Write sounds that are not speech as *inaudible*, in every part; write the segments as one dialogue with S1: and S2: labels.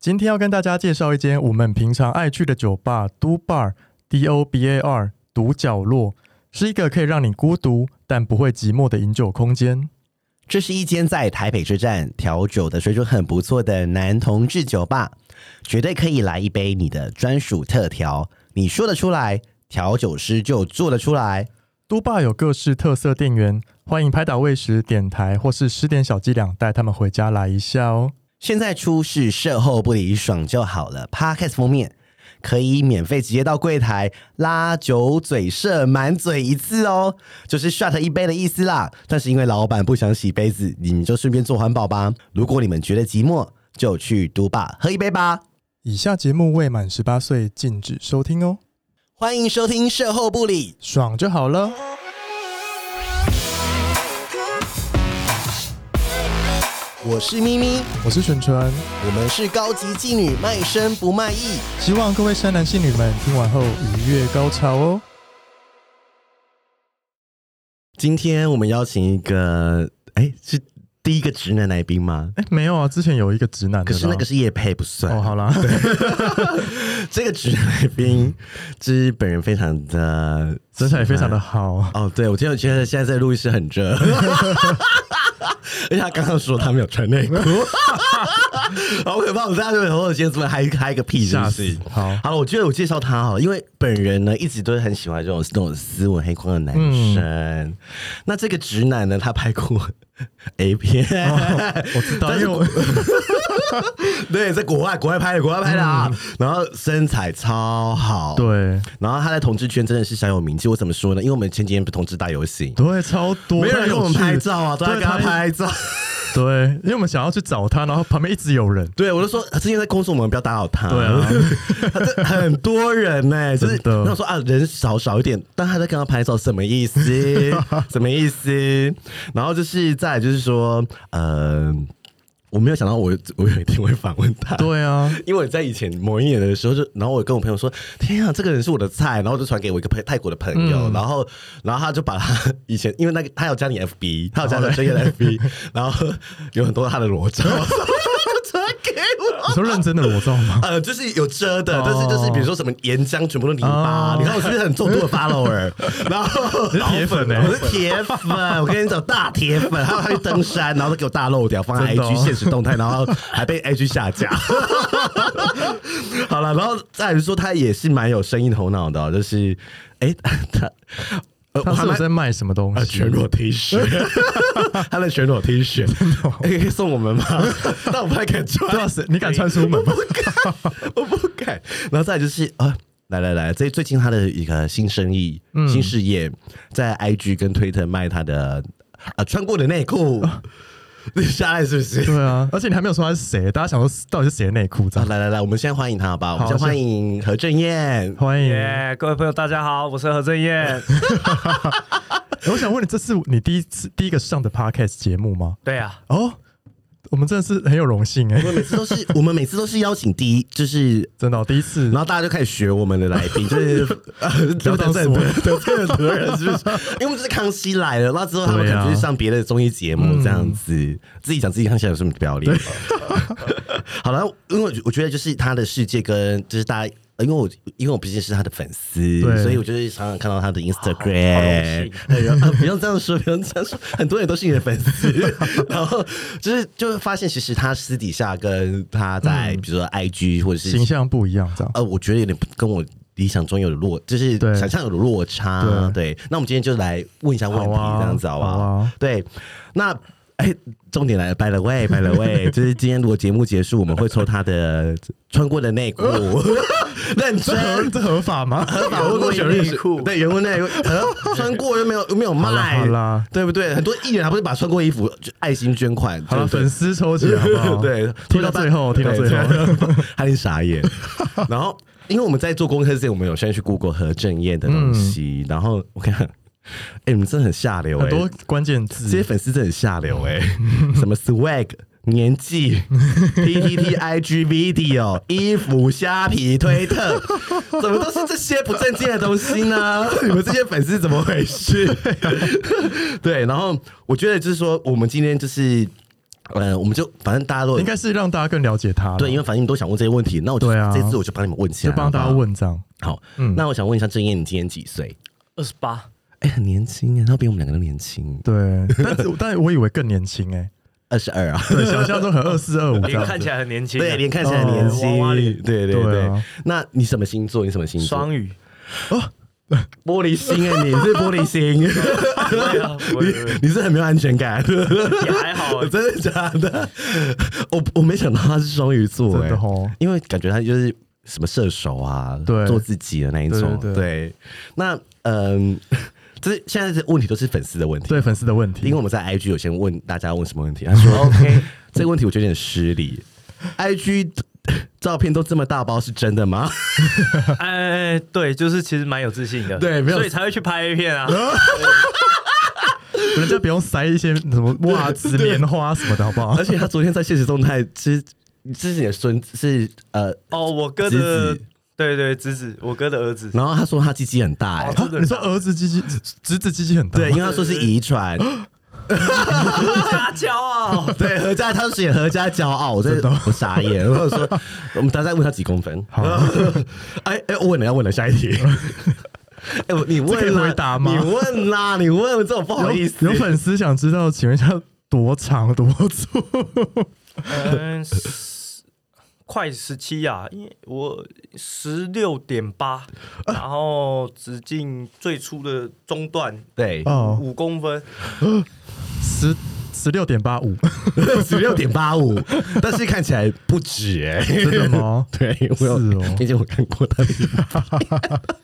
S1: 今天要跟大家介绍一间我们平常爱去的酒吧 ——Do Bar D O B A R 独角落，是一个可以让你孤独但不会寂寞的饮酒空间。
S2: 这是一间在台北车站调酒的水准很不错的男同志酒吧，绝对可以来一杯你的专属特调。你说得出来，调酒师就做得出来。
S1: 都霸有各式特色店员，欢迎拍打喂食、点台或是施点小伎俩，带他们回家来一下哦。
S2: 现在出示售后不理爽就好了。Podcast 封面可以免费直接到柜台拉酒嘴射满嘴一次哦，就是 shot 一杯的意思啦。但是因为老板不想洗杯子，你们就顺便做环保吧。如果你们觉得寂寞，就去都吧喝一杯吧。
S1: 以下节目未满十八岁禁止收听哦，
S2: 欢迎收听售后不理。
S1: 爽就好了。
S2: 我是咪咪，
S1: 我是纯纯，
S2: 我们是高级妓女，卖身不卖艺。
S1: 希望各位山男信女们听完后愉悦高潮哦。
S2: 今天我们邀请一个，哎，是第一个直男来宾吗？
S1: 哎，没有啊，之前有一个直男的
S2: 可
S1: 啦，
S2: 是那个是叶配不算。
S1: 哦，好啦，
S2: *laughs*
S1: *laughs*
S2: 这个直男来宾，就是本人非常的
S1: 身材非常的好，
S2: 哦，对我今天觉得现在在录音室很热， *laughs* 而且他刚刚说他没有穿内裤， *laughs* 好可怕！我大家就很后今天这么嗨嗨个屁，真
S1: 吓
S2: 是
S1: 死。好
S2: 好了，我觉得我介绍他哈，因为本人呢一直都是很喜欢这种这种斯文黑框的男生。
S1: 嗯
S2: 那这个直男呢，他拍过 A 片，
S1: *laughs* 哦我知道，
S2: 但
S1: 因
S2: 是
S1: 为 *laughs* 我
S2: 对，在国外国外拍的，国外拍的啊。然后身材超好，。
S1: 嗯对
S2: 然后他在同志圈真的是小有名气。我怎么说呢？因为我们前几天不同志大游行，
S1: 对超多，
S2: 没有人
S1: 太
S2: 跟
S1: 有
S2: 我们拍
S1: 趣
S2: 照啊，都在
S1: 对
S2: 跟他
S1: 他 *laughs*
S2: 拍照。
S1: 对，因为我们想要去找他，然后旁边一直有
S2: *laughs*
S1: 人，
S2: 对，我就说啊之前在工作，我们不要打扰他。
S1: 对啊，
S2: *laughs* 他这很多人
S1: *laughs*
S2: 呢、就是
S1: 真的
S2: 那我说啊，人少少一点，但他在跟他拍照，什么意思？
S1: *laughs*
S2: 什么意思？然后就是再来就是说，呃，我没有想到我我有一天会访问他。
S1: 对啊，
S2: 因为我在以前某一年的时候就，然后我跟我朋友说：“天啊，这个人是我的菜。”然后我就传给我一个朋泰国的朋友，然后然后他就把他以前因为那个他有加你 FB，他有加你专业的 FB，然后有很多他的裸照传给我。
S1: 你说认真的裸照吗？
S2: 呃，就是有遮的，
S1: 哦
S2: 但是就是比如说什么岩浆全部都泥巴，
S1: 哦
S2: 你看我是不是很重度的
S1: *laughs*
S2: follower？然后
S1: 你是铁粉欸
S2: 我是铁粉，我跟你讲大铁粉，还有他去登山，然后都给我大漏掉，放在
S1: 真的哦
S2: IG 现实动态，然后还被 IG 下架。 *laughs* 好了，然后再来说他也是蛮有生意头脑的哦、就是哎、他呃
S1: 他
S2: 我
S1: 是
S2: 还
S1: 不
S2: 蛮
S1: 是在卖什么东
S2: 啊，
S1: 西？
S2: 全裸 T 恤， *laughs* 他的全裸 T 恤，哎可以送我们 *laughs* 吗？但我不太敢穿，
S1: 对啊谁你敢穿出门吗
S2: *laughs* 我不敢，我不敢。然后再来就是啊。来来来，最最近他的一个新生意、新事业，在 IG 跟推特卖他的啊穿过的内裤， *laughs* 你下来是不是？
S1: 对啊，而且你还没有说他是谁，大家想说到底是谁的内裤这
S2: 啊，
S1: 样？
S2: 来来来，我们先欢迎他吧，我们
S1: 好
S2: 先欢迎何正燕。
S1: 欢迎
S3: 耶各位朋友，大家好，我是何
S2: *laughs*
S3: 正燕。
S1: 我想问你，这是你第一次第一个上的 podcast 节目吗？
S3: 对啊，
S1: 哦，我们真的是很有荣幸哎、
S2: 我们每次都是， *laughs* 我们每次都是邀请第一，就是
S1: 真的、哦、第一次
S2: 然。后大家就开始学我们的来宾， *laughs* 就是啊
S1: 不要当
S2: 在
S1: 什么
S2: 得 *laughs* 罪很多人，是不是？因为我们就是康熙来了，那之后他们可
S1: 对啊
S2: 能就是上别的综艺节目这样子，自己讲自己康熙来有什么不要脸？ *laughs* 好了，因为我我觉得就是他的世界跟就是大家。呃因为我因为我毕竟是他的粉丝，
S1: 对
S2: 所以我就是常常看到他的
S3: 好荣
S2: Instagram，
S3: 幸
S2: 然后、啊、不用这样说，不用这样说，很多人都是你的粉丝。然后就是就会发现，其实他私底下跟他在、比如说 IG 或者是
S1: 形象不一样，这样
S2: 呃，我觉得有点不跟我理想中有落，就是
S1: 对
S2: 想象有落差。对，那我们今天就来问一下问题，
S1: 好啊
S2: 这样子好不
S1: 好
S2: 好
S1: 啊？
S2: 对，那哎，重点来了，by the way，by
S1: *laughs*
S2: the way，就是今天如果节目结束，我们会抽他的穿过的
S1: *laughs*
S2: 内裤，认
S1: 这合
S2: 真。
S1: 这合法吗？
S2: 呃合法我选
S3: 内裤
S2: 对，原味内裤，呃，穿过又没有又没有
S1: 好啦
S2: 卖，
S1: 好啦
S2: 对不对？很多艺人还不是把穿过衣服就爱心捐款，
S1: 好了，
S2: 对不对
S1: 粉丝 *laughs* 抽奖好不好？
S2: *laughs* 对，
S1: 听到最后，听到最后，
S2: 后， *laughs* 他一定傻眼。然后，因为我们在做功课之前，我们有先去 Google 何正燕的东西，然后我看，哎、你们真的很下流、欸，
S1: *laughs* 很多关键
S2: 这些
S1: 字，
S2: 粉丝真的很下流哎、 *laughs* 什么 swag。年 *laughs* 纪、PPT、IG、video、衣服、虾皮、推 *laughs* 特，怎么都是这些不正经的东西呢？ *laughs* 你们这些粉丝怎么 *laughs* 回事？对，然后我觉得就是说，我们今天就是呃，我们就反正大家都
S1: 应该是让大家更了解他啦。
S2: 对，因为反正你们都想问这些问题，那我就、
S1: 对啊
S2: 这次我就帮你们问起
S1: 就
S2: 来，
S1: 帮大家
S2: 好不好。
S1: 问这样。
S2: 好，
S1: 嗯
S2: 那我想问一下郑燕，你今年几岁？
S3: 二十八，
S2: 哎、很年轻耶，他比我们两个都年轻，
S1: 对，但是但我以为更年轻哎、
S2: 二十二啊。
S1: 对，想象中很二四
S2: *laughs*
S1: 二五这
S3: 脸
S1: 样
S3: 看
S1: 子。
S3: 起来很年轻啊，
S2: 对，连看起来很年
S3: 哦
S2: 轻，
S3: 娃娃
S2: 对
S3: 脸
S2: 对对
S1: 对啊
S2: 那你什么星座？你什么星座？
S3: 双鱼，
S2: 玻璃
S1: *laughs*
S2: 心哎、你是玻璃心，
S3: 不会啊不会不会
S2: 你你是很没有安全感，
S3: 也还
S2: *laughs*
S3: 好欸，
S2: 真的假的？我我没想到他是双鱼座、
S1: 真
S2: 哎，
S1: 的哦，
S2: 因为感觉他就是什么射手啊，
S1: 对
S2: 做自己的那一种。
S1: 对对对
S2: 那嗯， *laughs* 这现在这问题都是粉丝的问题，
S1: 对粉丝的问
S2: 因为
S1: 题
S2: 我，们在 IG 有先问大家问什么问题，他说 OK 这个问题我觉得有点失礼，IG 照片都这么大包是真的吗？
S3: 哎，对，就是其实蛮有自信的，
S2: 对没有
S3: 所以才会去拍 A 片啊，
S2: *laughs*
S1: 人家不用塞一些什么袜子、棉花什么的，好
S2: *laughs*
S1: 不好
S2: 而？且他昨天在现实动态，其实这是你的孙子是呃，
S3: 哦，我哥
S2: 侄
S3: 的
S2: 子，
S3: 对对，侄子，我哥的
S2: *laughs*
S3: 儿子，
S2: 然后他说他鸡鸡很大、欸，
S3: 哦
S1: *laughs* 啊你说儿子鸡鸡、侄子鸡鸡很大，
S2: 对，因为他说是遗传，
S3: 撒娇
S2: *laughs*
S3: 啊，
S2: 对，何家他写何家骄傲，我真的我傻眼，然后
S1: *laughs*
S2: 说我们大家问他几公分，
S1: 好，啊
S2: 哎哎，我问了要问了，下一
S1: *laughs*
S2: 题。哎、我你
S1: 这可以
S2: 问啦
S1: 回答吗
S2: 你问啦，你问这种不好
S1: 有
S2: 意思。
S1: 有粉丝想知道，请问一下多长多粗？
S3: 嗯，十快十七啊，因为我十六点八，
S2: 啊
S3: 然后直径最初的中段
S2: 对，
S1: 哦，
S3: 五公分，
S1: 十十六点八五，
S2: 十六点八五，但是看起来不止哎、
S1: 真的
S2: *laughs*
S1: 吗？
S2: 对，我有，
S1: 是哦
S2: 毕竟我看过他的影片 *laughs*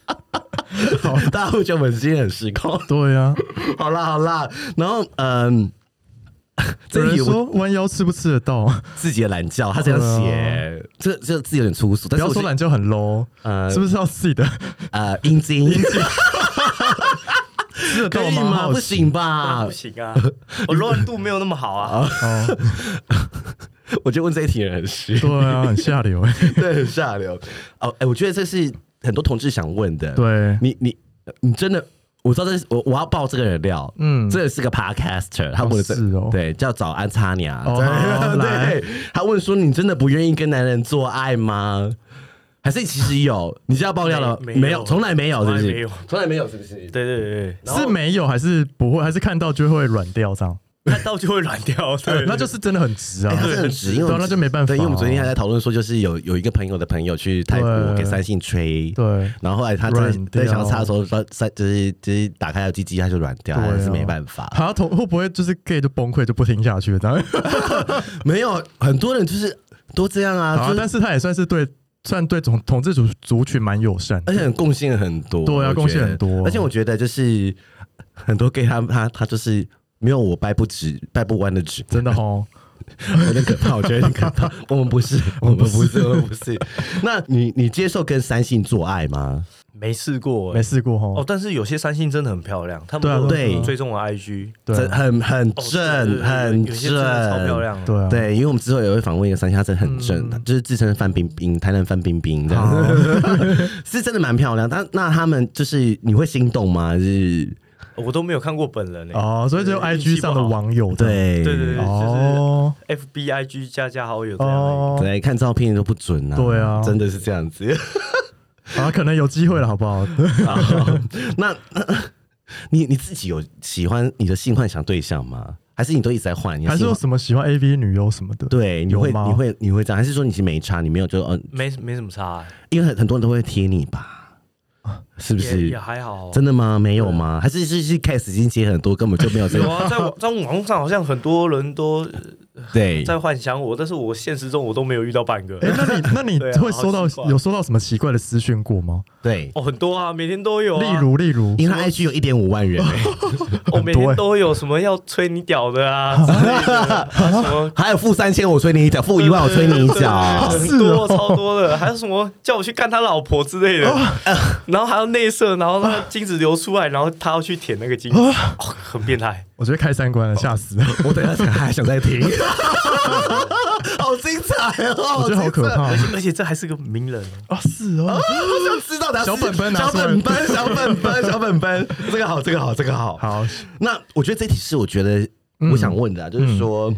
S2: 好，大家会觉得我们今天很失控。 *laughs*
S1: 对呀、啊，
S2: 好啦，好啦，然后嗯， *laughs*
S1: 有
S2: 这
S1: 人
S2: 题我
S1: 说弯腰吃不吃得到？
S2: 自己的懒觉，他这样写，这这字有点粗
S1: 嗯不
S2: 俗，但是
S1: 要
S2: 我
S1: 说
S2: 是
S1: 懒觉很 low，
S2: 呃
S1: 是不是要自己的
S2: 呃阴茎， *laughs*
S1: 吃得
S2: 可
S1: 到
S2: 以吗？
S1: 好
S2: 不
S1: 奇
S2: 行吧
S3: 不？行啊，我柔软度没有那么好啊，
S1: 哦，
S2: 我就问这一题的人很虚，
S1: 对啊，很下流哎、
S2: *laughs* 对，很下流。哦，哎，我觉得这是很多同志想问的。，
S1: 对，
S2: 你你你真的，我知道这是我我要爆这个人料，
S1: 嗯，
S2: 这个是个 podcaster，他问的
S1: 哦是哦
S2: 对，叫早安擦娘。
S1: 哦好来
S2: *laughs* 对，他问说你真的不愿意跟男人做爱吗？还是其实有？你知道爆料了
S3: 没没有
S2: 没有？从来没有，是不
S3: 从来没
S2: 是
S3: 有？
S2: 从来没有，是不是？
S3: 对对对对，
S1: 是没有还是不会，还是看到就会软掉这样？
S3: 看到就会软掉，
S1: *laughs*
S3: 对，
S1: 那就是真的很直啊
S2: 哎，他是很直，因为我
S1: 对啊
S2: 们
S1: 那就没办法啊
S2: 对，因为我们昨天还在讨论说，就是有有一个朋友的朋友去泰国
S1: 对
S2: 给三性吹，
S1: 对，
S2: 然后后来他真
S1: 软
S2: 的
S1: 掉
S2: 在想要插的时候，说三就是就是打开了鸡鸡，他就软掉，
S1: 对啊
S2: 还是没办法。 *laughs*
S1: 好像同会不会就是 gay 就崩溃就不听下去这样？
S2: 没有很多人就是都这样啊，
S1: 啊
S2: 就，是
S1: 但是他也算是对算对统统治族族群蛮友善的，
S2: 而且很贡献很多，
S1: 对啊
S2: 我觉得
S1: 贡献很多
S2: 而且我觉得就是很多 gay 他他他就是没有我掰不直、掰不弯的直，
S1: 真的哦，
S2: *laughs* 有点可怕，我觉得有点可怕。我们
S1: *laughs*
S2: 不是，我们不是，我们不是。那你你接受跟三性做爱吗？
S3: 没试过欸
S1: 没试过
S3: 哦
S1: 哦，，
S3: 但是有些三星真的很漂亮，他
S1: 对啊
S3: 们都
S2: 对
S3: 追踪我 IG，
S1: 对
S2: 真
S1: 啊
S2: 很很
S3: 哦对对
S2: 正，
S3: 对
S2: 很
S3: 有些真的超漂
S2: 正。
S3: 亮的，
S1: 对啊，
S2: 对，因为我们之后也会访问一个三星，他真的很正，他就是自称范冰冰，台南范冰冰这样， *laughs* 是真的蛮漂亮。但那他们就是你会心动吗？就是
S3: 我都没有看过本人欸
S1: 哦，所以就
S3: 对
S1: IG 上的网友这样
S2: 对
S3: 对对对
S1: 哦，
S3: f b i g 加加好友这样欸的一个。
S1: 哦，
S2: 对，看照片都不准啊。
S1: 对啊
S2: 真的是这样子。 *laughs*
S1: 啊，可能有机会了，好不好？
S2: 好那 *coughs* 那你你自己有喜欢你的性幻想对象吗？还是你都一直在换？你的
S1: 还是
S2: 性
S1: 有什么喜欢 AV 女优什么的？
S2: 对，你
S1: 有
S2: 会
S1: 吗
S2: 你会你会这样？还是说你是没差？你没有就嗯、
S3: 没没什么差欸、
S2: 因为很很多人都会贴你吧？是不
S3: 也也
S2: 是？
S3: 还好。啊
S2: 真的吗？没有吗？还是是是 case 已经接很多，根本就没有这
S3: 有
S2: 个
S3: 啊，在网在网络上好像很多人都
S2: 对。
S3: 在幻想我，但是我现实中我都没有遇到半个。
S2: *laughs*
S1: 哎、那你那你
S3: 对啊
S1: 会收到
S3: 好奇怪
S1: 有收到什么奇怪的私讯过吗？
S2: 对，
S3: 哦，很多啊，每天都有、啊。
S1: 例，如例如，
S2: 因为他 IG 有一点五万人、 *laughs* 欸，
S3: 我、哦每天都有什么要吹你屌的啊，之类的
S2: 啊
S3: 什么
S2: 还有负三千我吹你一脚，负一万我吹你一脚，
S3: 对对对很多超多的，还有什么叫我去干他老婆之类的，
S2: 啊
S3: 然后还要内射，然后那个精子流出来，然后他要去舔那个精子，哦
S2: 啊
S3: 很变态。
S1: 我觉得开三关了，吓死了！
S2: 我等一下还想再听， *laughs* 好精彩哦！
S1: *laughs* 我觉得好可怕
S3: 而且而且这还是个名人哦，
S1: 啊！是哦，
S2: 我想知道的
S1: 小本本拿
S2: 小
S1: 出来
S2: 本啊本，小本本，小本本，这个好，这个好，这个好。
S1: 好，
S2: 那我觉得这题是我觉得
S1: 嗯
S2: 我想问的啊，就是说，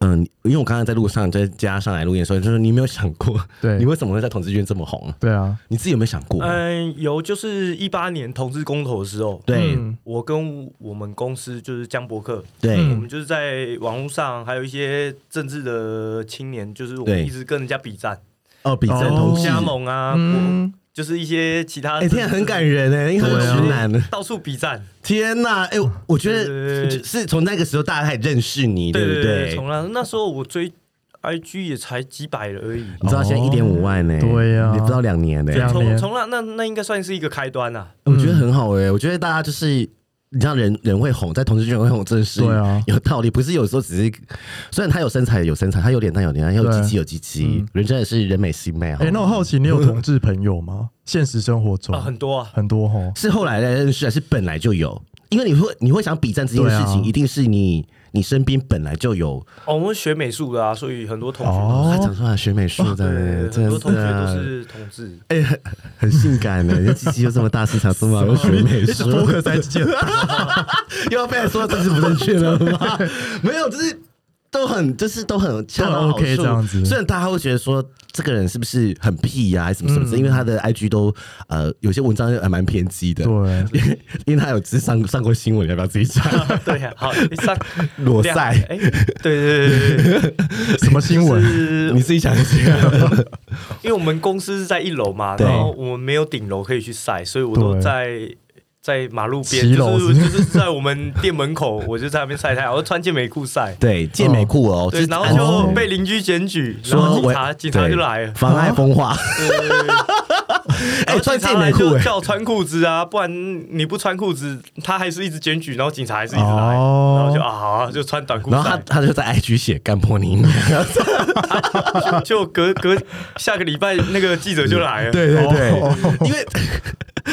S2: 嗯，因为我刚刚在路上再加上来录音的时候，就是你有没有想过，
S1: 对
S2: 你为什么会在统治圈这么红？
S1: 对啊，
S2: 你自己有没有想过？
S3: 嗯，有就是一八年同志公投的时候，
S2: 对
S1: 嗯
S3: 我跟我们公司就是江博客，
S2: 对
S3: 我们就是在网络上还有一些政治的青年，就是我
S2: 对
S3: 们一直跟人家比战，
S2: 哦，比
S1: 哦
S2: 战同志，
S3: 加盟啊，
S1: 嗯，
S3: 就是一些其他，
S2: 哎，天啊，很感，人哎，因为
S1: 对啊
S2: 直男呢。
S3: 到处比战，
S2: 天呐，哎、我我觉得
S3: 对对对
S2: 就是从那个时候大家开始认识你，对不
S3: 对
S2: 对？
S3: 从那那时候我追 IG 也才几百了而已，
S2: 你知道现在
S1: 哦
S2: 一点五万呢、
S1: 对啊
S2: 你不到两年呢、
S1: 这样两
S3: 从
S1: 年
S3: 从那那那应该算是一个开端啊，
S2: 我觉得很好哎、我觉得大家就是。你知道人人会红，在同志圈会红，真的是
S1: 对啊
S2: 有道理。不是有时候只是，虽然他有身材有身材，他有脸蛋有脸蛋，有
S1: 对
S2: 鸡鸡有鸡鸡，人真的是人美心美。
S1: 哎、那我好奇，你有同志朋友吗？现实生活中、
S3: 啊很多啊，
S1: 很多吼，
S2: 是后来才认识，还是本来就有？因为你会你会想比战这件事情，
S1: 对啊
S2: 一定是你你身边本来就有。
S3: 哦，我们学美术的啊，所以很多同学都
S1: 哦
S2: 他
S1: *laughs*
S2: 讲出来学美术的、
S3: 对，
S2: 真
S3: 很
S2: 的
S3: 多同学都
S2: 是
S3: 是同志，
S2: 很性感 *laughs* 的，你鸡鸡又这么大，市场这么好，又学美术，
S1: focus 在几件，
S2: *laughs* 又要被说政治不正确了吗？ *laughs* 没有，就是都很，就是都很恰到好
S1: 都 OK
S2: 处
S1: 这样子
S2: 虽然大家会觉得说这个人是不是很屁啊呀、还是什么什么之类，因为他的 IG 都呃有些文章还蛮偏激的。
S1: 对，
S2: 因为 *laughs* 因为他有只上上过新闻，你要不要自己 *laughs* 讲？
S3: *laughs* 对呀，好，你上
S2: 裸晒
S3: 哎，对对对对对，
S1: 什么新闻？
S3: 是
S2: 你自己讲一下。 *laughs*
S3: 因为我们公司是在一楼嘛，
S2: 对
S3: 然后我们没有顶楼可以去晒，所以我都
S1: 对
S3: 在在马路边，
S1: 骑楼
S3: 就是
S1: 是
S3: 就是在我们店门口，我就在那边晒太阳，我就穿健美裤晒，
S2: 对，健美裤哦，
S3: 对，
S2: 是
S3: 然后
S2: 按
S3: 就被邻居检举，然
S2: 说
S3: 后警察
S2: 违
S3: 警察
S2: 对
S3: 就来了，
S2: 妨碍风化。
S3: 对对
S2: *laughs*
S3: 对对然
S2: 哎，
S3: 后
S2: 穿
S3: 警察
S2: 健美
S3: 来
S2: 裤
S3: 就
S2: 哎，
S3: 叫我穿裤子啊，不然你不穿裤子，他还是一直检举，然后警察还是一直来，
S1: 哦
S3: 然后就啊好啊，就穿短裤
S2: 然后他
S3: 晒，
S2: 他就在 IG 写干破
S3: *laughs*
S2: 你娘。
S3: 就隔隔下个礼拜那个记者就来了，
S2: 对对对，
S1: 哦
S2: 因
S3: *laughs*
S2: 为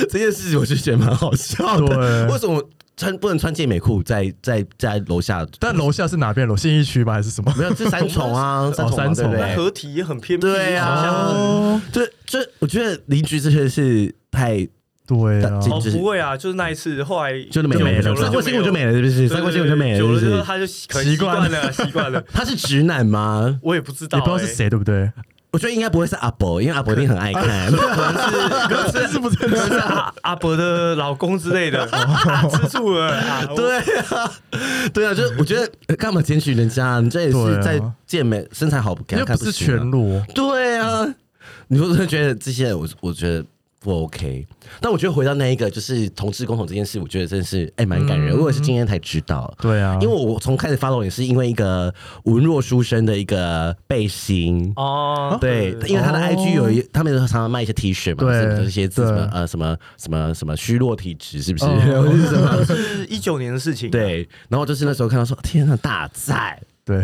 S2: 这件事情我就觉得蛮好笑的。
S1: 对
S2: 为什么穿不能穿健美裤在在在楼下？
S1: 但楼下是哪边楼？信义区吗？还是什么？
S2: 没有，这三重
S3: *laughs* 哦
S2: 啊，三重嘛，
S1: 三
S2: 对
S1: 重
S2: 不
S3: 那
S2: 对？
S3: 合体也很偏僻，
S2: 对
S3: 好像
S2: 啊
S3: 很
S1: 哦，
S2: 这这，我觉得邻居这些是太
S1: 对啊，
S2: 这
S3: 哦，
S2: 就是
S3: 不会啊，就是那一次，后来
S2: 就是没
S1: 就没
S2: 了，
S1: 了
S2: 三过新闻就没了，是不是？
S3: 对
S2: 三过新闻就没了，是
S3: 久
S2: 不
S3: 了之后
S2: 是？
S3: 他就习可能
S1: 习
S3: 习
S1: 惯
S3: 惯了，习惯了。
S2: 他是直男吗？
S3: 我也不知道、
S2: *laughs*
S1: 也
S2: 哎
S3: 欸，
S1: 不知道是，谁，对不对？
S2: 我觉得应该不会是阿伯，因为阿伯一定很爱
S3: *laughs*
S2: 看。
S1: 这是不真
S3: 可能是阿阿伯的老公之类的，
S2: *laughs*
S3: 啊、吃醋了。啊、
S1: 哦
S3: 我，
S2: 对啊，对啊，就是我觉得呃干嘛检举人家？你这也
S1: 对
S2: 是
S1: 啊
S2: 在健美，身材好给他
S1: 又
S2: 看
S1: 不
S2: 不
S1: 是
S2: 行啊
S1: 全裸，
S2: 对啊，你说真的觉得这些人，我我觉得不 OK。但我觉得回到那一个就是同志公投这件事，我觉得真的是哎蛮感人。
S1: 嗯
S2: 我也是今天才知道，
S1: 对啊，
S2: 因为我从开始 follow 也是因为一个文弱书生的一个背心。
S3: 哦，
S2: 对，因为他的
S1: 哦
S2: IG 有一，他们常常卖一些 T 恤嘛，
S1: 对
S2: 是不是这些字什么
S1: 对
S2: 呃什么什么什么虚弱体质是不是？
S1: 哦
S2: *laughs* 或者是什么？
S3: 是一九年的事情。，
S2: 对，然后就是那时候看到说，天呐，大赞！ *laughs*
S1: 对，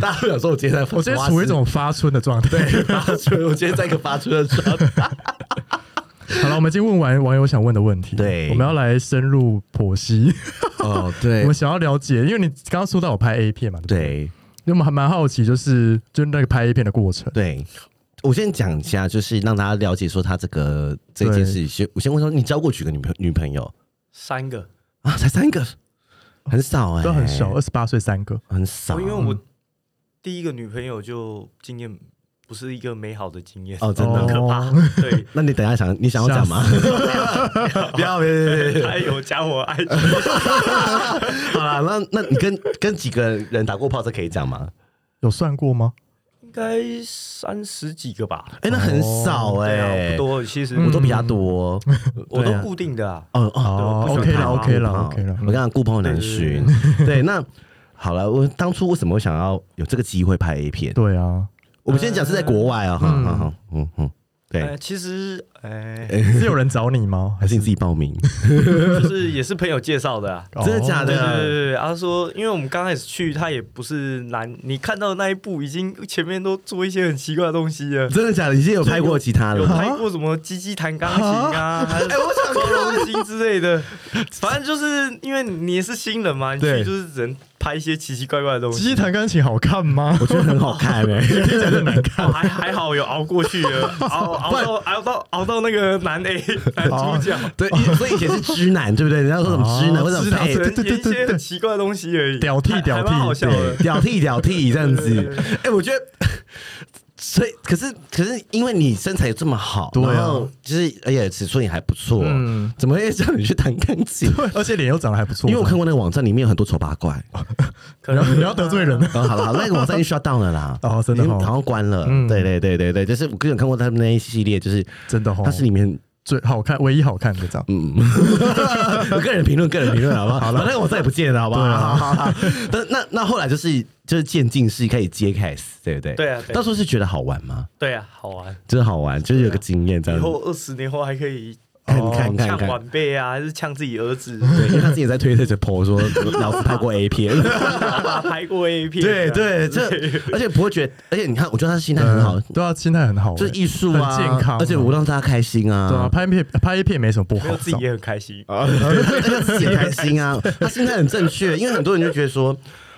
S2: 大家都想说我今天在，
S1: 我今天处于一种发春的状态。
S2: 发出，我今天在一个发出的状态。
S1: *laughs* 好了，我们已经问完网友想问的问题，
S2: 对
S1: 我们要来深入剖析。
S2: 哦，对
S1: 我们想要了解，因为你刚刚说到我拍 A 片嘛，对不对？
S2: *laughs* 对
S1: 因为我们还蛮好奇，就是就那个拍 A 片的过程。
S2: 对，我先讲一下，就是让大家了解说他这个这
S1: 对
S2: 件事。先我先问说，你交过几个女朋女朋友
S3: 三个，
S2: 啊？才三个，很少哎、
S1: 都很少，二十八岁三个，
S2: 很少。
S3: 我因为我第一个女朋友就经验不是一个美好的经验，
S2: 哦，真的。
S1: 哦
S3: 很可怕。 *laughs* 对，
S2: 那你等一下想，你想要讲吗？ *laughs* 不要，别别别！
S3: 她有加我 IG，
S2: *laughs* 好啦，那那你跟跟几个人打过炮，这可以讲吗？
S1: 有算过吗？
S3: 应该三十几个吧，
S2: 哎、那很少
S1: 哦
S3: 对
S2: 哎、
S3: 啊，不多，其实
S2: 我都比
S1: 嗯
S2: 他多。
S3: 我都
S2: 对啊
S3: 固定的啊。
S2: 哦哦，
S1: 哦
S3: 我不
S1: ，OK
S3: 喜欢
S1: 了
S3: 看
S1: ，OK 了
S2: 好
S1: ，OK 了
S2: 我。刚刚顾朋友难寻，对，那好了，我当初为什么会想要有这个机会拍 A 片？
S1: 对啊，
S2: 我们先讲是在国外啊，哈
S1: 嗯
S2: 哈哈，嗯嗯，对
S3: 呃，，其实，哎，
S1: 是有人找你吗？
S2: 还是你自己报名？
S3: 就是也是朋友介绍的啊。
S1: 哦
S2: *laughs* 真的假
S3: 对对对
S2: 的？
S3: 对，他说，因为我们刚开始去，他也不是难，你看到的那一步已经前面都做一些很奇怪的东西了，
S2: *laughs* 真的假的？已经有拍过其他
S3: 有
S2: 了？
S3: 拍过什么鸡鸡弹钢琴啊，还是
S2: 啊哎我想
S3: 抓龙筋之类的，反正就是因为你也是新人嘛，你
S2: 对
S3: 去就是只能拍一些奇奇怪怪的东西。
S1: 鸡弹钢琴好看吗？
S2: *laughs* 我觉得很好看
S1: *laughs*
S2: 哎、听起来就难
S3: *laughs*
S2: 看。
S3: 哦还还好有熬过去了，熬熬到熬到熬到那个男 A 男主角，
S2: *laughs* 对，以所以以前是知男，对不对？人家说什么知男，
S1: 哦
S2: 或者什
S1: 知
S2: 么
S1: 男对
S2: 配
S1: 对对
S3: 一些
S1: 对
S3: 很奇怪的东西而已，
S1: 屌
S3: 还
S1: 替
S3: 还
S1: 屌
S3: 蛮好
S1: 替，
S3: 笑的。
S2: 屌替屌替这样
S3: 对
S2: 子
S3: 对。
S2: 哎、我觉得， *laughs* 所以可是可是因为你身材这么好，
S1: 对啊
S2: 然后就是而且尺寸也还不错，
S1: 嗯
S2: 怎么会叫你去弹钢琴？
S1: 哦而且脸又长得还不错，
S2: 因为我看过那个网站，里面有很多丑八
S1: *laughs*
S2: 怪。
S3: 可
S1: 你要
S3: 能
S1: 你要得罪人，
S2: 然后好了，好了，那个网站已经 shut down 了啦。
S1: 哦真的哦
S2: 已经好像关了。
S1: 嗯
S2: 对对对对对，就是我个人看过他们那一系列，就是
S1: 真的哦
S2: 它是里面
S1: 最好看，唯一好看的这样。
S2: 嗯， *laughs* 我个人评论，个人评论，好不好？好了，那个我再也不见了，好不好？
S1: 对啊
S2: 好好好。 *laughs* 但那那后来就是就是渐进式开始接 case，对不对？
S3: 对啊对啊
S2: 到时候是觉得好玩吗？
S3: 对啊，好玩。
S2: 真的好玩，就是有个经验这
S3: 以
S2: 样子。
S3: 后二十年后还可以
S2: 嗯
S3: 哦
S2: 看
S1: 哦
S2: 看啊看
S3: 呛
S2: 看，
S3: 晚辈啊，还是呛自己儿
S2: *laughs*
S3: 子，
S2: 对，因为他自己在推特就 po 说 *laughs* 老子拍过 A 片。
S3: 爸爸拍过 A 片，
S2: *laughs*
S3: 啊
S2: 对啊对，这而且不会觉得，而且你看，我觉得他心态很好
S1: 嗯，对啊，心态很好欸，
S2: 就是艺术啊，
S1: 很健康啊
S2: 而且我让大家开心啊， *laughs*
S1: 对啊，拍片拍一片没什么不
S3: 没有
S1: 好，
S3: 自己也很开心。
S2: 他自己开心啊，他心态很正确，因为很多人就觉得说，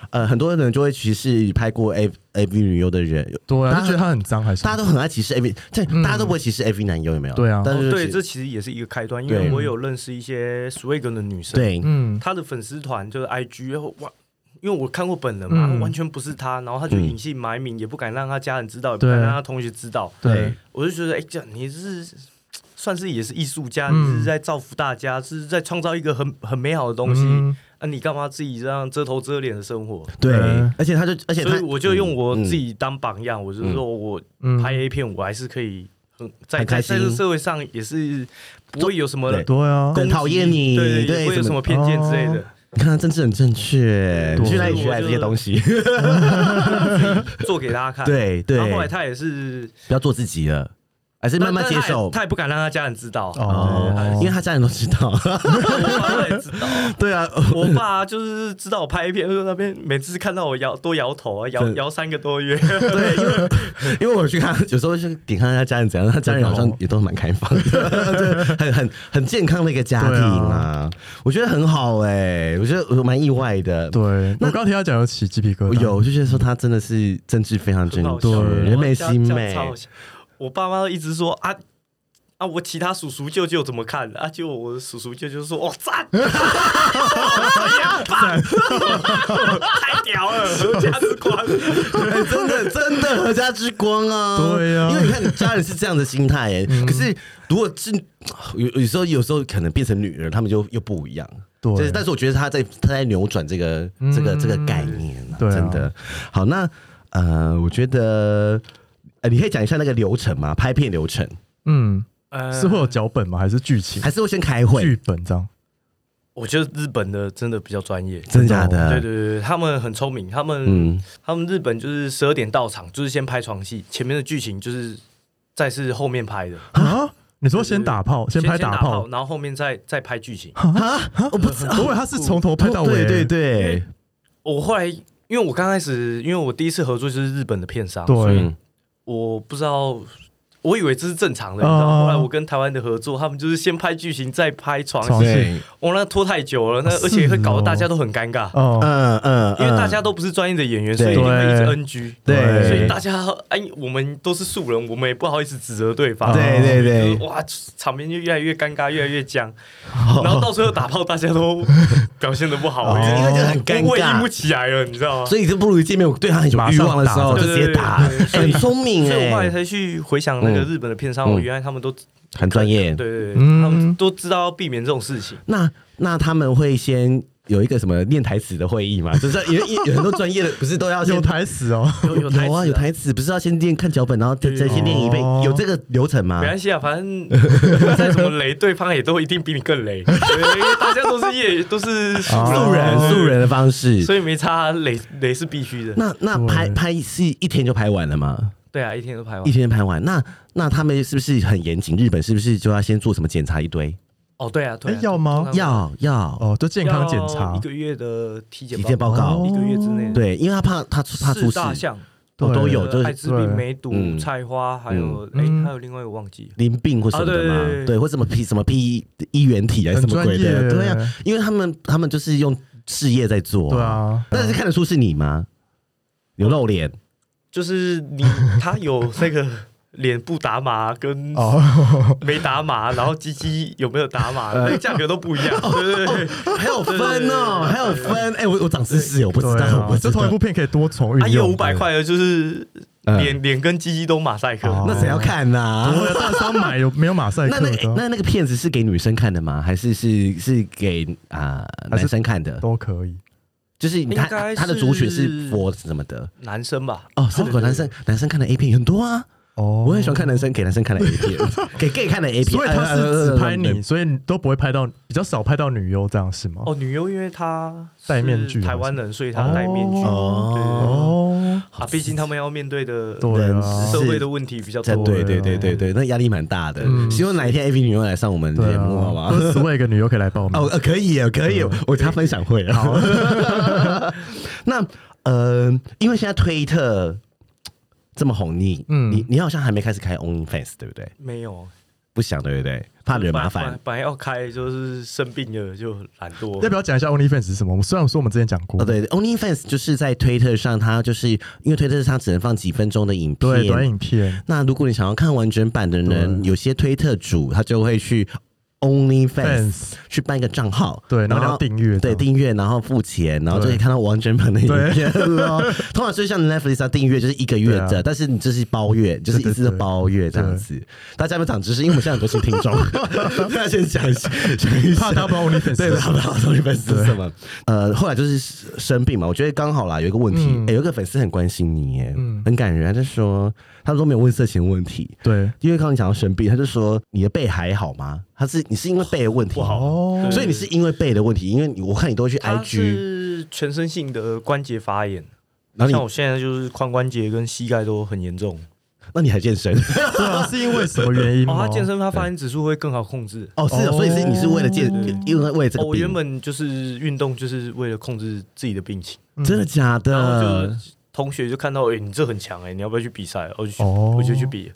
S2: 呃，很多人就会歧视拍过 A A V 女优的人，
S1: 对啊，
S2: 大
S1: 就
S2: 家
S1: 觉得他很脏还是什
S2: 大
S1: 么
S2: 家都很爱歧视 A V，这大家都不会歧视 A V 男优有没有？
S1: 对啊
S2: 但
S3: 哦
S2: 是
S3: 对，
S2: 就
S3: 这
S2: 是
S3: 其实也是一个开端，因
S2: 对
S3: 为我有认识一些 swag 的女生，
S2: 对，
S1: 嗯，
S3: 她的粉丝团就是 IG 然后哇。因为我看过本人嘛，
S1: 嗯
S3: 完全不是她，然后她
S2: 嗯
S3: 就隐姓埋名，也不敢让她家人知道，也不
S1: 对
S3: 敢让她同学知道。
S1: 对，
S3: 我就觉得，哎、这样你是算是也是艺术家，
S1: 嗯
S3: 你是在造福大家，是在创造一个很很美好的东西。
S1: 嗯
S3: 那、你干嘛自己这样遮头遮脸的生活？
S2: 对
S1: 嗯，
S2: 而且他就而且
S3: 所
S2: 他
S3: 以我就用我
S2: 嗯
S3: 自己当榜样，我就是说我
S1: 嗯
S3: 拍 A 片，我还是可以很在
S2: 很开
S3: 在
S2: 心
S3: 在这个社会上也是不会有什么
S2: 对
S1: 对啊，
S3: 攻击
S2: 很讨厌你
S3: 对，
S2: 对
S3: 也不会有
S2: 什
S3: 什
S2: 么
S3: 么偏见之类
S1: 哦
S3: 的。
S2: 你看他政治很正确，
S1: 对
S2: 你去哪里学来这些东西？
S3: 做给大家
S2: *laughs*
S3: 看。，
S2: 对对
S3: 然，后后来他也是
S2: 不要做自己了，还是慢慢
S3: 但
S2: 接
S3: 但他也
S2: 受
S3: 他也不敢让他家人知道。
S1: 哦
S2: 哦，因为他家人都知道。
S3: 我爸也知道，
S2: 对啊，
S3: 我爸就是知道我拍片，就是那边每次看到我摇都摇头啊，摇
S2: 对
S3: 摇三个多月。
S2: 对，因为 *laughs* 因为我去看，有时候去点看他家人怎样，他家人好像也都蛮开放的，对，很很很健康的一个家庭啊，我觉得很好哎、我觉得我蛮意外的。
S1: 对，我刚听他讲有起鸡皮疙
S2: 我
S1: 瘩，
S2: 有，我就觉得说他真的是政治非常正
S3: 很好
S2: 确
S3: 笑，
S2: 人美心
S3: 这样
S2: 美
S3: 超，好笑我爸妈一直说啊啊，我其他叔叔舅舅怎么看啊？就我的叔叔舅舅说，哇赞， *laughs* 赞，太屌了，价值观。
S2: 哎真的 *laughs* 真的合家之光啊！
S1: 对啊
S2: 因为你看你家人是这样的心态哎、可是如果是有有时候有时候可能变成女人，他们就又不一样。
S1: 对
S2: 就是但是我觉得他在他在扭转这个这个这个概念啊，
S1: 对啊
S2: 真的。好，那呃，我觉得呃，你可以讲一下那个流程吗？拍片流程，
S1: 嗯，
S3: 呃
S1: *laughs* 是会有脚本吗？还是剧情
S2: 还？是会先开会？
S1: 剧本这样？
S3: 我觉得日本的真的比较专业，
S2: 真的假的？
S3: 对对对，他们很聪明，他们、
S2: 嗯
S3: 他们日本就是十二点到场，就是先拍床戏，前面的剧情就是再是后面拍的，
S1: 啊？你说先打炮，
S3: 先
S1: 拍
S3: 打
S1: 炮？
S3: 然后后面再再拍剧情。
S2: 啊，我不知道。
S1: 不会，他是从头拍到
S3: 哦
S1: 尾。
S2: 对对对，
S3: 我后来因为我刚开始，因为我第一次合作就是日本的片商，所以
S1: 对，
S2: 嗯
S3: 我不知道。我以为这是正常的，
S2: 啊
S1: 哦
S3: 你知道吗？后来我跟台湾的合作，他们就是先拍剧情，再拍床
S1: 床
S3: 戏，
S1: 戏
S2: 对，
S3: 我、哦、那拖太久了，那
S1: 是
S3: 而且会搞
S1: 哦
S3: 得大家都很尴尬，
S1: 哦，
S2: 嗯嗯，
S3: 因为大
S2: 嗯
S3: 家都不是专业的演员，
S2: 对
S3: 所以一定会一直 NG。
S2: 对，
S3: 所以大家哎，我们都是素人，我们也不好意思指责对方。
S2: 对对对
S3: 就是哇，场面就越来越尴尬，越来
S2: *laughs*
S3: 越僵。然后到最后打炮，大家都表现的不好，
S1: 哦因为
S2: 就很尴尬
S3: 我也硬不起来了，你知道吗？
S2: 所以就不如见面，我对他很有欲望的时候就
S3: 马上打
S2: 直接打，
S3: 对对对
S2: 哎很聪明
S3: 所以我后来
S2: 哎，
S3: 才去回想那个日本的片商，
S2: 嗯
S3: 我原来他们都对
S2: 很专业。
S3: 对对，
S1: 嗯
S3: 他们都知道要避免这种事情。
S2: 那那他们会先有一个什么念台词的会议嘛？就是有有有很多专业的不是都要先
S1: 有台词哦。
S3: 有有台
S2: 有啊
S3: 词
S2: 有。台词，不是要先念看脚本，然后再再先念一遍
S1: 哦，
S2: 有这个流程吗
S3: 没？关系啊，反正再怎么雷，对方也都一定比你
S2: *laughs*
S3: 更雷，对因为大家都是业都是素
S2: 素人素人的方式。
S3: 所以没差，雷雷是必须的。
S2: 啊那那拍拍是一天就拍完了吗？
S3: 对啊，一天都
S1: 哦
S3: 拍完
S2: 一。天拍完，那那他们是不是很严谨？日本是不是就要先做什么检查一堆？
S3: 哦，对啊，对啊
S1: 哎，要吗
S2: 要要，
S1: 哦，就健康检
S3: 要
S1: 查
S3: 一。个月的体检
S2: 体检报告
S1: 哦
S3: 一个月之内，，
S2: 对，因为他怕他怕出
S3: 四
S2: 事，
S3: 大项
S2: 哦都有，
S3: 呃
S2: 就是
S3: 艾滋病、
S1: 对
S3: 梅毒、
S2: 嗯
S3: 菜花，还有哎
S1: 嗯，
S3: 还有另外一个忘记了。
S2: 淋病或什么的嘛，
S3: 啊对对对
S2: 哎对，或什么 P 什么 P 一元体还是什么鬼
S1: 很专
S2: 的，
S1: 业
S2: 对啊，因为他们他们就是用事业在做、
S1: 对，啊，
S2: 但是看得出是你吗？有露脸，
S3: 就是你他有那个脸部打码跟
S1: 哦，
S3: 没打码，然后鸡鸡有没有打码，那个价格都不一样，对对对。
S2: 还有分哦，还有分。哎、我我长知 *laughs* 识，我不知
S1: 对
S2: 道，
S1: 啊
S2: 我不，知
S1: 这同一
S2: 道。
S1: 部片可以多重运
S3: 还
S1: 用。
S3: 啊有五百块的，就是
S2: 嗯
S3: 脸脸跟鸡鸡都马赛克，
S1: 哦
S2: 那谁要看呐、
S1: 我啊当时要买有没有马赛克
S2: 那那
S3: 哎
S2: 个
S1: 的
S2: 那那个片子是给女生看的吗？还是是是给啊、
S1: 还是
S2: 男生看的？
S1: 都可以。
S2: 就是他
S3: 应该是
S2: 他的族群是佛什么的？
S3: 男生吧？
S2: 哦，是
S3: 对
S2: 果男。生男生看的 A 片很多啊，
S1: 哦
S2: 我很喜欢看男生给男生看的 A 片，给 gay 看的 A 片。
S1: 所以他是只拍
S2: 呃
S1: 你，所以你都不会拍到比较少拍到女优这样是吗？
S3: 哦，女优因为她是
S1: 戴面具
S3: 台湾人，所以她戴面具。
S2: 哦，
S1: 哦，
S3: 啊，毕竟他们要面对的
S1: 对啊，
S3: 社会的问题比较多
S2: 真。对对
S1: 对
S2: 对对对，那压力蛮大的。
S1: 嗯
S2: 希望哪一天 A V 女优来上我们节
S1: 对啊，
S2: 目，好不好？
S1: 或者 swag 女优可以来报名
S2: 哦，。呃可以
S1: 嗯
S2: 耶，可以耶，我他分享会啊。 *laughs* 那呃，因为现在推特这么红，你
S1: 嗯
S2: 你你好像还没开始开 OnlyFans，对不对？
S3: 没有，
S2: 不想对不对？怕惹麻
S3: 本来
S2: 烦。。
S3: 本来要开，就是生病了就懒惰。
S1: 要不要讲一下 OnlyFans 是什么？我们虽然说我们之前讲过
S2: 哦，，对，OnlyFans 就是在推特上，它就是因为推特上只能放几分钟的影
S1: 对短
S2: 片。
S1: 影片，
S2: 那如果你想要看完整版的人，
S1: 对
S2: 有些推特主他就会去 OnlyFans
S1: Fans
S2: 去办一个账号，
S1: 对然后你要订阅这
S2: 对，
S1: 样
S2: 订阅，然后付钱，然后就
S1: 对
S2: 可以看到完整版的影
S1: 对
S2: 片咯。 *laughs* 通常就像 Netflix 要订阅就是一个月
S1: 对
S2: 的，
S1: 啊
S2: 但是你这是包月，就是一次的
S1: 对对对
S2: 包月这样子。大家有没有长知识？因为我们现在很多新听
S1: *laughs*
S2: 众，大家先讲一下，讲一
S1: 怕他
S2: 下
S1: 不知道 OnlyFans
S2: 对
S1: 是
S2: 的，
S1: 什
S2: 好
S1: 么
S2: 不好？到底粉丝是什么？呃，后来就是生病嘛，我觉得刚好啦，有一个问题，哎
S1: 嗯
S2: 诶有一个粉丝很关心你，耶，
S1: 嗯
S2: 很感人，他就说他都没有问色情问题，
S1: 对
S2: 因为刚刚你讲到生病，他就说你的背还好吗？他是你是因为背的问题
S3: 不好
S1: 哦
S3: 对
S2: 所以你是因为背的问题，因为你我看你都会去
S3: 它
S2: IG，
S3: 是全身性的关节发炎，
S2: 然
S3: 像
S2: 后
S3: 我
S2: 你
S3: 现在就是髋关节跟膝盖都很严重。
S2: 那你还健身
S1: 对啊，是因为什么原因
S3: 哦，
S1: 吗？
S3: 他健身他发炎指数会更好控制。
S2: *laughs* 哦，是哦，所以是你是为了健
S1: 哦，
S2: 因为为了这
S3: 哦，
S2: 个
S3: 我
S2: 病，
S3: 原本就是运动，就是为了控制自己的病情。
S1: 嗯
S2: 真的假
S3: 然后就
S2: 的？
S3: 是同学就看到，哎、你这很强哎、你要不要去比赛？我就去，
S1: 哦
S3: 我就去比。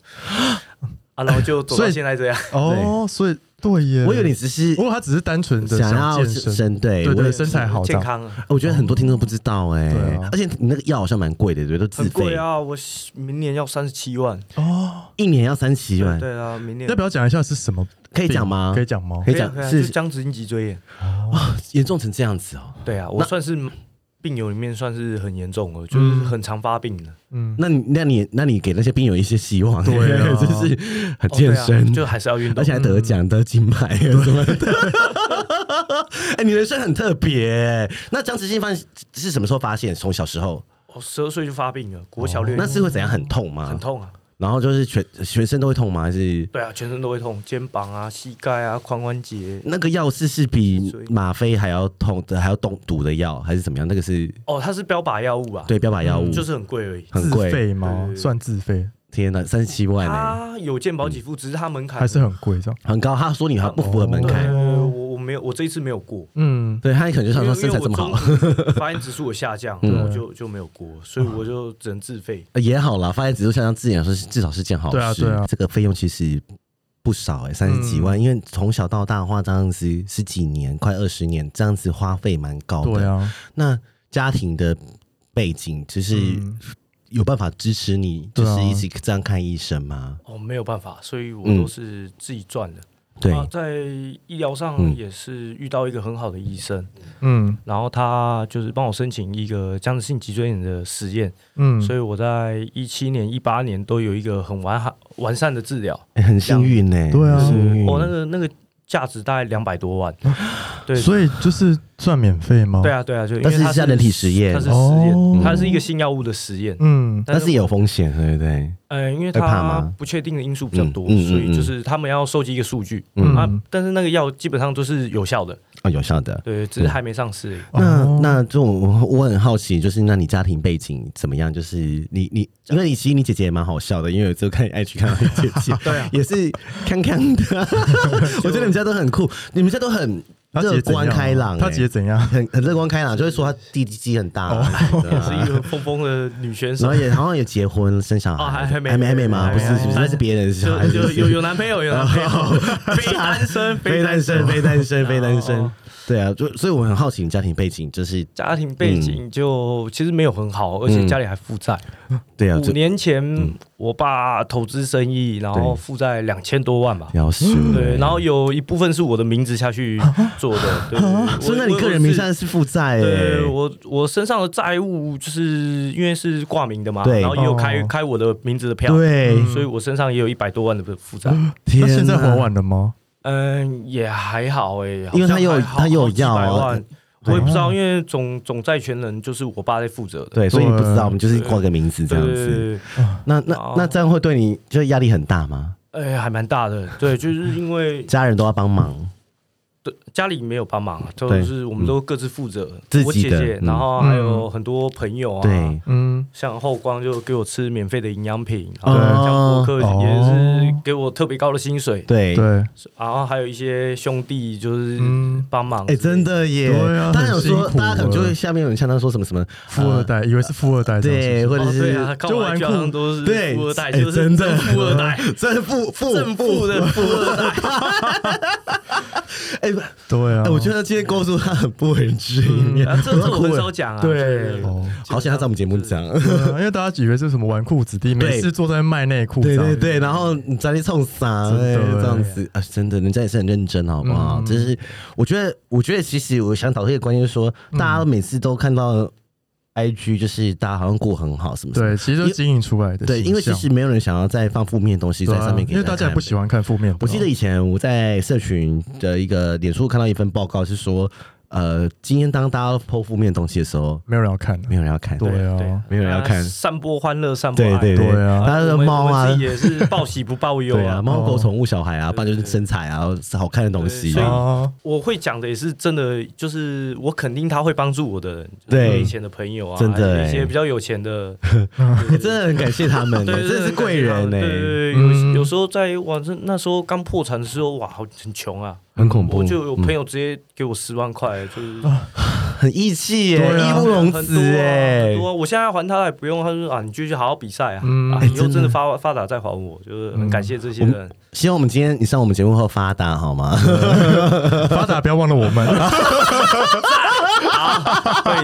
S3: 啊，然后就走
S1: 所
S3: 到
S1: 以
S3: 现在这样。
S1: 哦，所以对耶，
S2: 我以为你只是
S1: 不过他只是单纯的
S2: 想要
S1: 健身，
S2: 身，对
S1: 对
S2: 我
S1: 对
S2: 也哦
S1: 身材好
S3: 健
S1: 这样
S3: 康啊，
S2: 我觉得很多听众不知道哎
S1: 对啊，
S2: 而且你那个药好像蛮贵的，对，都自
S3: 很
S2: 费
S3: 贵，啊！我明年要三十七万，
S1: 哦。
S2: 一年要三七万，
S3: 对啊，明年
S1: 要不要讲一下是什么病？
S2: 可以讲吗？
S1: 可以讲吗
S2: 可？以
S3: 可以啊
S2: 讲
S3: 可以啊
S2: 是
S3: 就僵直性脊椎炎。
S2: 严重成这样子哦。
S3: 对啊，
S2: 那
S3: 我算是病友里面算是很严重了，就是很常发病的。
S1: 嗯，
S2: 那你那你那你给那些病友一些希望，
S1: 对啊
S2: *laughs* 就是很
S3: 哦
S2: 健
S3: 对啊
S2: 身，
S3: 就还是要运
S2: 而
S3: 动
S2: 且。还得奖、得金牌啊什么的。哎、你人生很特别。欸那僵直性发现是什么时候发现？从小时候，
S3: 我哦十二岁就发病了，国小六
S2: 哦那
S3: 年
S2: 是会怎样？很痛吗？
S3: 嗯很。痛啊。
S2: 然后就是全全身都会痛吗？还是
S3: 对啊，全身都会痛，肩膀啊、膝盖啊、髋关节。
S2: 那个药是是比
S3: 所以
S2: 吗啡还要痛的，还要动毒的药，还是怎么样？那个是
S3: 哦，它是标靶药物啊，
S2: 对标靶药物，
S3: 就是很贵而已。
S2: 很
S1: 自
S2: 贵。
S1: 费吗？
S3: 对
S1: 算自费
S2: 天哪，三十七万哎、
S3: 它有健保给付，只是它门槛
S1: 还是很贵这样？
S2: 很高。他说你还不符合门
S3: 对
S2: 槛，
S3: 我我没有，我这一次没有过。
S1: 嗯，
S2: 对他可能就想说身材这么好。
S3: 因为我中发炎指数有下降，
S2: 嗯
S3: 然后就就没有过，所以我就只能自费。
S2: 呃也好啦，发现指数下降，自己来说是至少是件好事。
S1: 对啊对啊嗯
S2: 这个费用其实不少哎、三十几万，因为从小到大的话，这样子十几年，快二十年，这样子花费蛮高的。
S1: 对啊，
S2: 那家庭的背景就是
S1: 嗯
S2: 有办法支持你，
S1: 对
S2: 就
S1: 啊
S2: 是一起这样看医生吗？
S3: 哦，没有办法，所以我
S2: 嗯
S3: 都是自己赚的。
S2: 对，
S3: 啊在医疗
S2: 嗯
S3: 上也是遇到一个很好的医生，
S1: 嗯
S3: 然后他就是帮我申请一个僵直性脊椎炎的实验，
S1: 嗯，
S3: 所以我在一七年、一八年都有一个很完好完善的治疗。
S2: 哎很幸运呢、
S1: 对啊
S2: 很幸运
S3: 我、那个那个价值大概两百多
S2: *laughs*
S3: 万，对，
S1: 所以就是算免费吗？
S3: 对，啊，对啊，就因为
S2: 哦但是
S3: 它
S2: 是在人体实验
S3: 它是实验，
S1: 哦
S3: 它是一个新药物的实验。
S1: 嗯
S2: 但是也有风险，对不对？
S3: 呃，因为
S2: 会怕
S3: 它
S2: 吗
S3: 不确定的因素比较多，
S2: 嗯嗯嗯
S3: 所以
S2: 嗯
S3: 就是他们要收集一个数据、
S2: 嗯
S3: 啊，但是那个药基本上都是有效的，
S2: 哦，有效的。
S3: 对，只是还没上市而已。
S2: 那
S1: 哦
S2: 那这种我我很好奇，就是那你家庭背景怎么样？就是你你，因为你其实你姐姐也蛮好笑的，因为我就看你爱去看到你姐姐，对、也是康康的，我觉得你们家都很酷，你们家都很
S1: 他姐
S2: 乐
S1: 怎
S2: 观
S1: 样啊
S2: 开朗欸
S1: 他姐怎样？
S2: 很很乐观开朗，就会说她弟弟肌很大啊，对
S3: 也
S2: 啊
S3: 是一个疯疯的女选
S2: 然
S3: 手
S2: 后，也好像也结婚生小孩，
S3: 哦还还没
S2: 还没还没吗？
S3: 还
S2: 不
S3: 没
S2: 是，是不是那是别人的小
S3: 就
S2: 孩，
S3: 就有
S2: 有
S3: 有男朋友，有男
S2: *laughs*
S3: 朋友，非单身，
S2: 非单身，非单身，非单身
S3: 哦，
S2: 对啊，就所以我很好奇你家庭背景，就是
S3: 家庭背景就其实没有很好，而
S2: 嗯
S3: 且家里还负债。
S2: 对啊，
S3: 五
S2: 就
S3: 年前我爸投资生意，然后负债两千多万吧。
S2: 要死，
S3: 嗯对，然后有一部分是我的名字下去做
S2: *laughs*
S3: 的，对，我
S2: 所以那你
S3: 我
S2: 个人
S3: 我
S2: 名
S3: 是
S2: 下是负债哎
S3: 对，我我身上的债务就是因为是挂名的嘛，
S2: 对
S3: 然后也有开、
S1: 哦
S3: 开我的名字的票，
S2: 对，
S3: 所以我身上也有一百多万的负债。
S1: 那
S2: 天
S1: 现在
S2: 哪
S1: 还完了吗？
S3: 嗯，也还好哎、好像
S2: 因为他有
S3: 还好
S2: 他有
S3: 好几
S2: 要
S3: 百
S2: 啊
S3: 万，我也不知道，因为总总债权人就是我爸在负责的。
S2: 对，所以你不知道，
S1: 对
S2: 我们就是挂个名字这样
S3: 对对
S2: 子。
S3: 对
S2: 那那那这样会对你就压力很大吗？
S3: 哎、还蛮大的，
S2: *laughs*
S3: 对，就是因为
S2: 家人都要帮忙，
S3: 对家里没有帮忙，啊都
S2: 对嗯
S3: 是我们都各自负责。
S2: 自
S3: 我
S2: 己
S3: 姐
S2: 的
S3: 姐，
S2: 嗯
S3: 然后还有很多朋友啊，
S2: 对，
S1: 嗯，
S3: 像后光就给我吃免费的营养品，
S2: 对
S3: 然后像博客也
S1: 哦
S3: 是给我特别高的薪水，
S2: 对
S1: 对，
S3: 然后还有一些兄弟就是
S1: 嗯
S3: 帮忙，
S2: 哎、真，的耶！
S1: 对啊
S2: 当然有说，
S1: 很辛苦
S2: 大家可能就会
S1: 了
S2: 下面有人像他说什么什么
S1: 富二，代，以为是富二代
S2: 呃
S1: 这样是不
S2: 对，
S1: 是，
S2: 或者
S3: 哦
S2: 是、
S3: 对啊，看
S1: 就
S3: 我
S1: 纨
S3: 来表
S1: 绔
S3: 上都是
S2: 对
S3: 富二代，
S2: 哎
S3: 就是
S2: 真的
S3: 富二代，
S2: *laughs* 正
S3: *laughs*
S2: 负负
S3: 正负的富二代，
S2: 哎、
S1: 对啊
S2: 哎，我觉得今天郭叔他很不为人知的一面，
S3: 啊这这我
S2: 哭
S3: 很
S2: 了
S3: 少讲啊，
S2: 对
S3: 就是
S1: 哦
S2: 好想他在我们节目讲。
S1: 对啊因为大家以为是什么纨绔子弟，
S2: 对
S1: 每次坐在那边卖内裤，
S2: 对
S1: 这
S2: 对
S1: 样
S2: 对，然后你在那冲啥？
S1: 真的
S2: 哎
S1: 哎
S2: 这样子啊，真的，人家也是很认真，好不好？
S1: 嗯
S2: 就是我觉得，我觉得其实我想导这个观念，就是说大家每次都看到 IG，就是大家好像过很好，什么什么
S1: 对，其实就
S2: 因为
S1: 是经营出来的形象，
S2: 对，因为其实没有人想要再放负面的东西
S1: 对
S2: 在
S1: 啊
S2: 上面给，
S1: 因为大家也不喜。欢看负面的哦。
S2: 我记得以前我在社群的一个脸书看到一份报告，是说，呃，今天当大家剖负面的东西的时候，
S1: 没有人要看的
S2: 没，有人要看，
S1: 对啊，
S2: 没有人要看
S3: 啊散播欢乐，散播
S2: 对
S3: 爱，
S2: 对
S1: 对啊
S2: 大家
S3: 我
S2: 的
S3: 们
S2: 猫
S3: 我
S2: 啊
S3: 们自己，也是报喜不报
S2: *laughs*
S3: 忧
S2: 对啊，
S3: 啊。
S2: 猫狗、
S1: 哦
S2: 宠物、小孩啊，不然就是身材啊，是好看的东西
S3: 对。所以
S1: 哦，
S3: 我会讲的也是真的，就是我肯定他会帮助我的人，
S2: 对
S3: 就是以前的朋友啊，
S2: 真的
S3: 还有
S2: 欸
S3: 一些比较有
S2: *laughs*
S3: 钱的，
S2: 你哎真的很感谢他
S3: *laughs*
S2: 们，
S3: 对，
S2: 真的是贵人欸呢
S3: 对，对对，
S1: 嗯
S3: 有有时候在哇，这那时候刚破产的时候，哇，好很穷啊，
S2: 很恐怖，
S3: 我就有朋
S2: 嗯
S3: 友直接给我十万块，就是
S2: 很义气耶，
S1: 对
S2: 义
S1: 啊
S2: 不容
S3: 很多
S2: 辞
S3: 啊
S2: 哎
S3: 很，多啊，我现在还他也不用，他说啊，你继续好好比赛啊，
S1: 嗯
S3: 啊
S1: 哎
S3: 以后
S2: *laughs* 真
S3: 真
S2: 的
S3: 的发发达再还我，就是很感谢这些
S2: 我们
S3: 人。
S2: 希望我们今天你上我们节目后发达好
S3: *laughs*
S2: 吗？
S1: 发达不要忘了我
S2: *laughs*
S1: 们，
S2: 嗯
S3: 对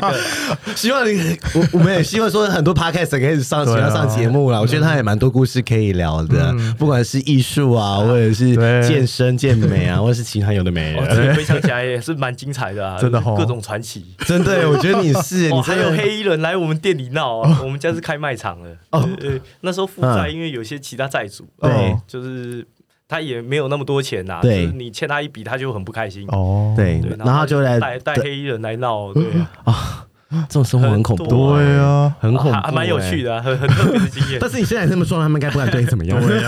S2: *laughs*
S3: 的，
S2: 希望你，我我们也希望说很多 podcast 可以
S3: *laughs*
S2: 上，请
S1: 对啊
S2: 他上节目啦。我觉得他也蛮多故事可以聊的，
S3: 嗯
S2: 不管是艺术啊，或者是
S1: 对
S2: 健身、健美啊，或者是其他有的没
S3: *laughs* 哦，
S2: 的。
S3: 这个回想起来也是蛮精彩
S2: *laughs*
S3: 的啊，
S1: 真的
S3: 就是
S1: 哦
S3: 各种传奇。
S2: 真的，我觉得你是，
S3: *laughs*
S2: 哎
S3: 哦，
S2: 你
S3: 还
S2: 真
S3: 有
S2: 的
S3: 黑衣人来我们店里闹啊！我们家是开卖场的，
S2: 哦
S3: 对对，那时候负债，
S2: 嗯
S3: 因为有些其他债主，
S2: 对
S1: 哦
S3: 就是他也没有那么多钱呐，
S2: 对
S3: 就是你欠他一笔，他就很不开心，
S1: 哦，
S2: 对
S3: 对，，
S2: 然后他就来
S3: 带带黑衣人来闹，对啊，
S2: 这种生活很恐
S3: 很
S2: 怖，
S3: 多
S1: 对，啊，
S2: 很恐怖，哎欸
S3: 还还蛮有趣
S2: 的。
S3: 的啊，很很特别的经
S2: *laughs*
S3: 验
S2: 但。是你现在这么说，他们应该不敢对你怎么样。
S3: 啊
S2: *laughs*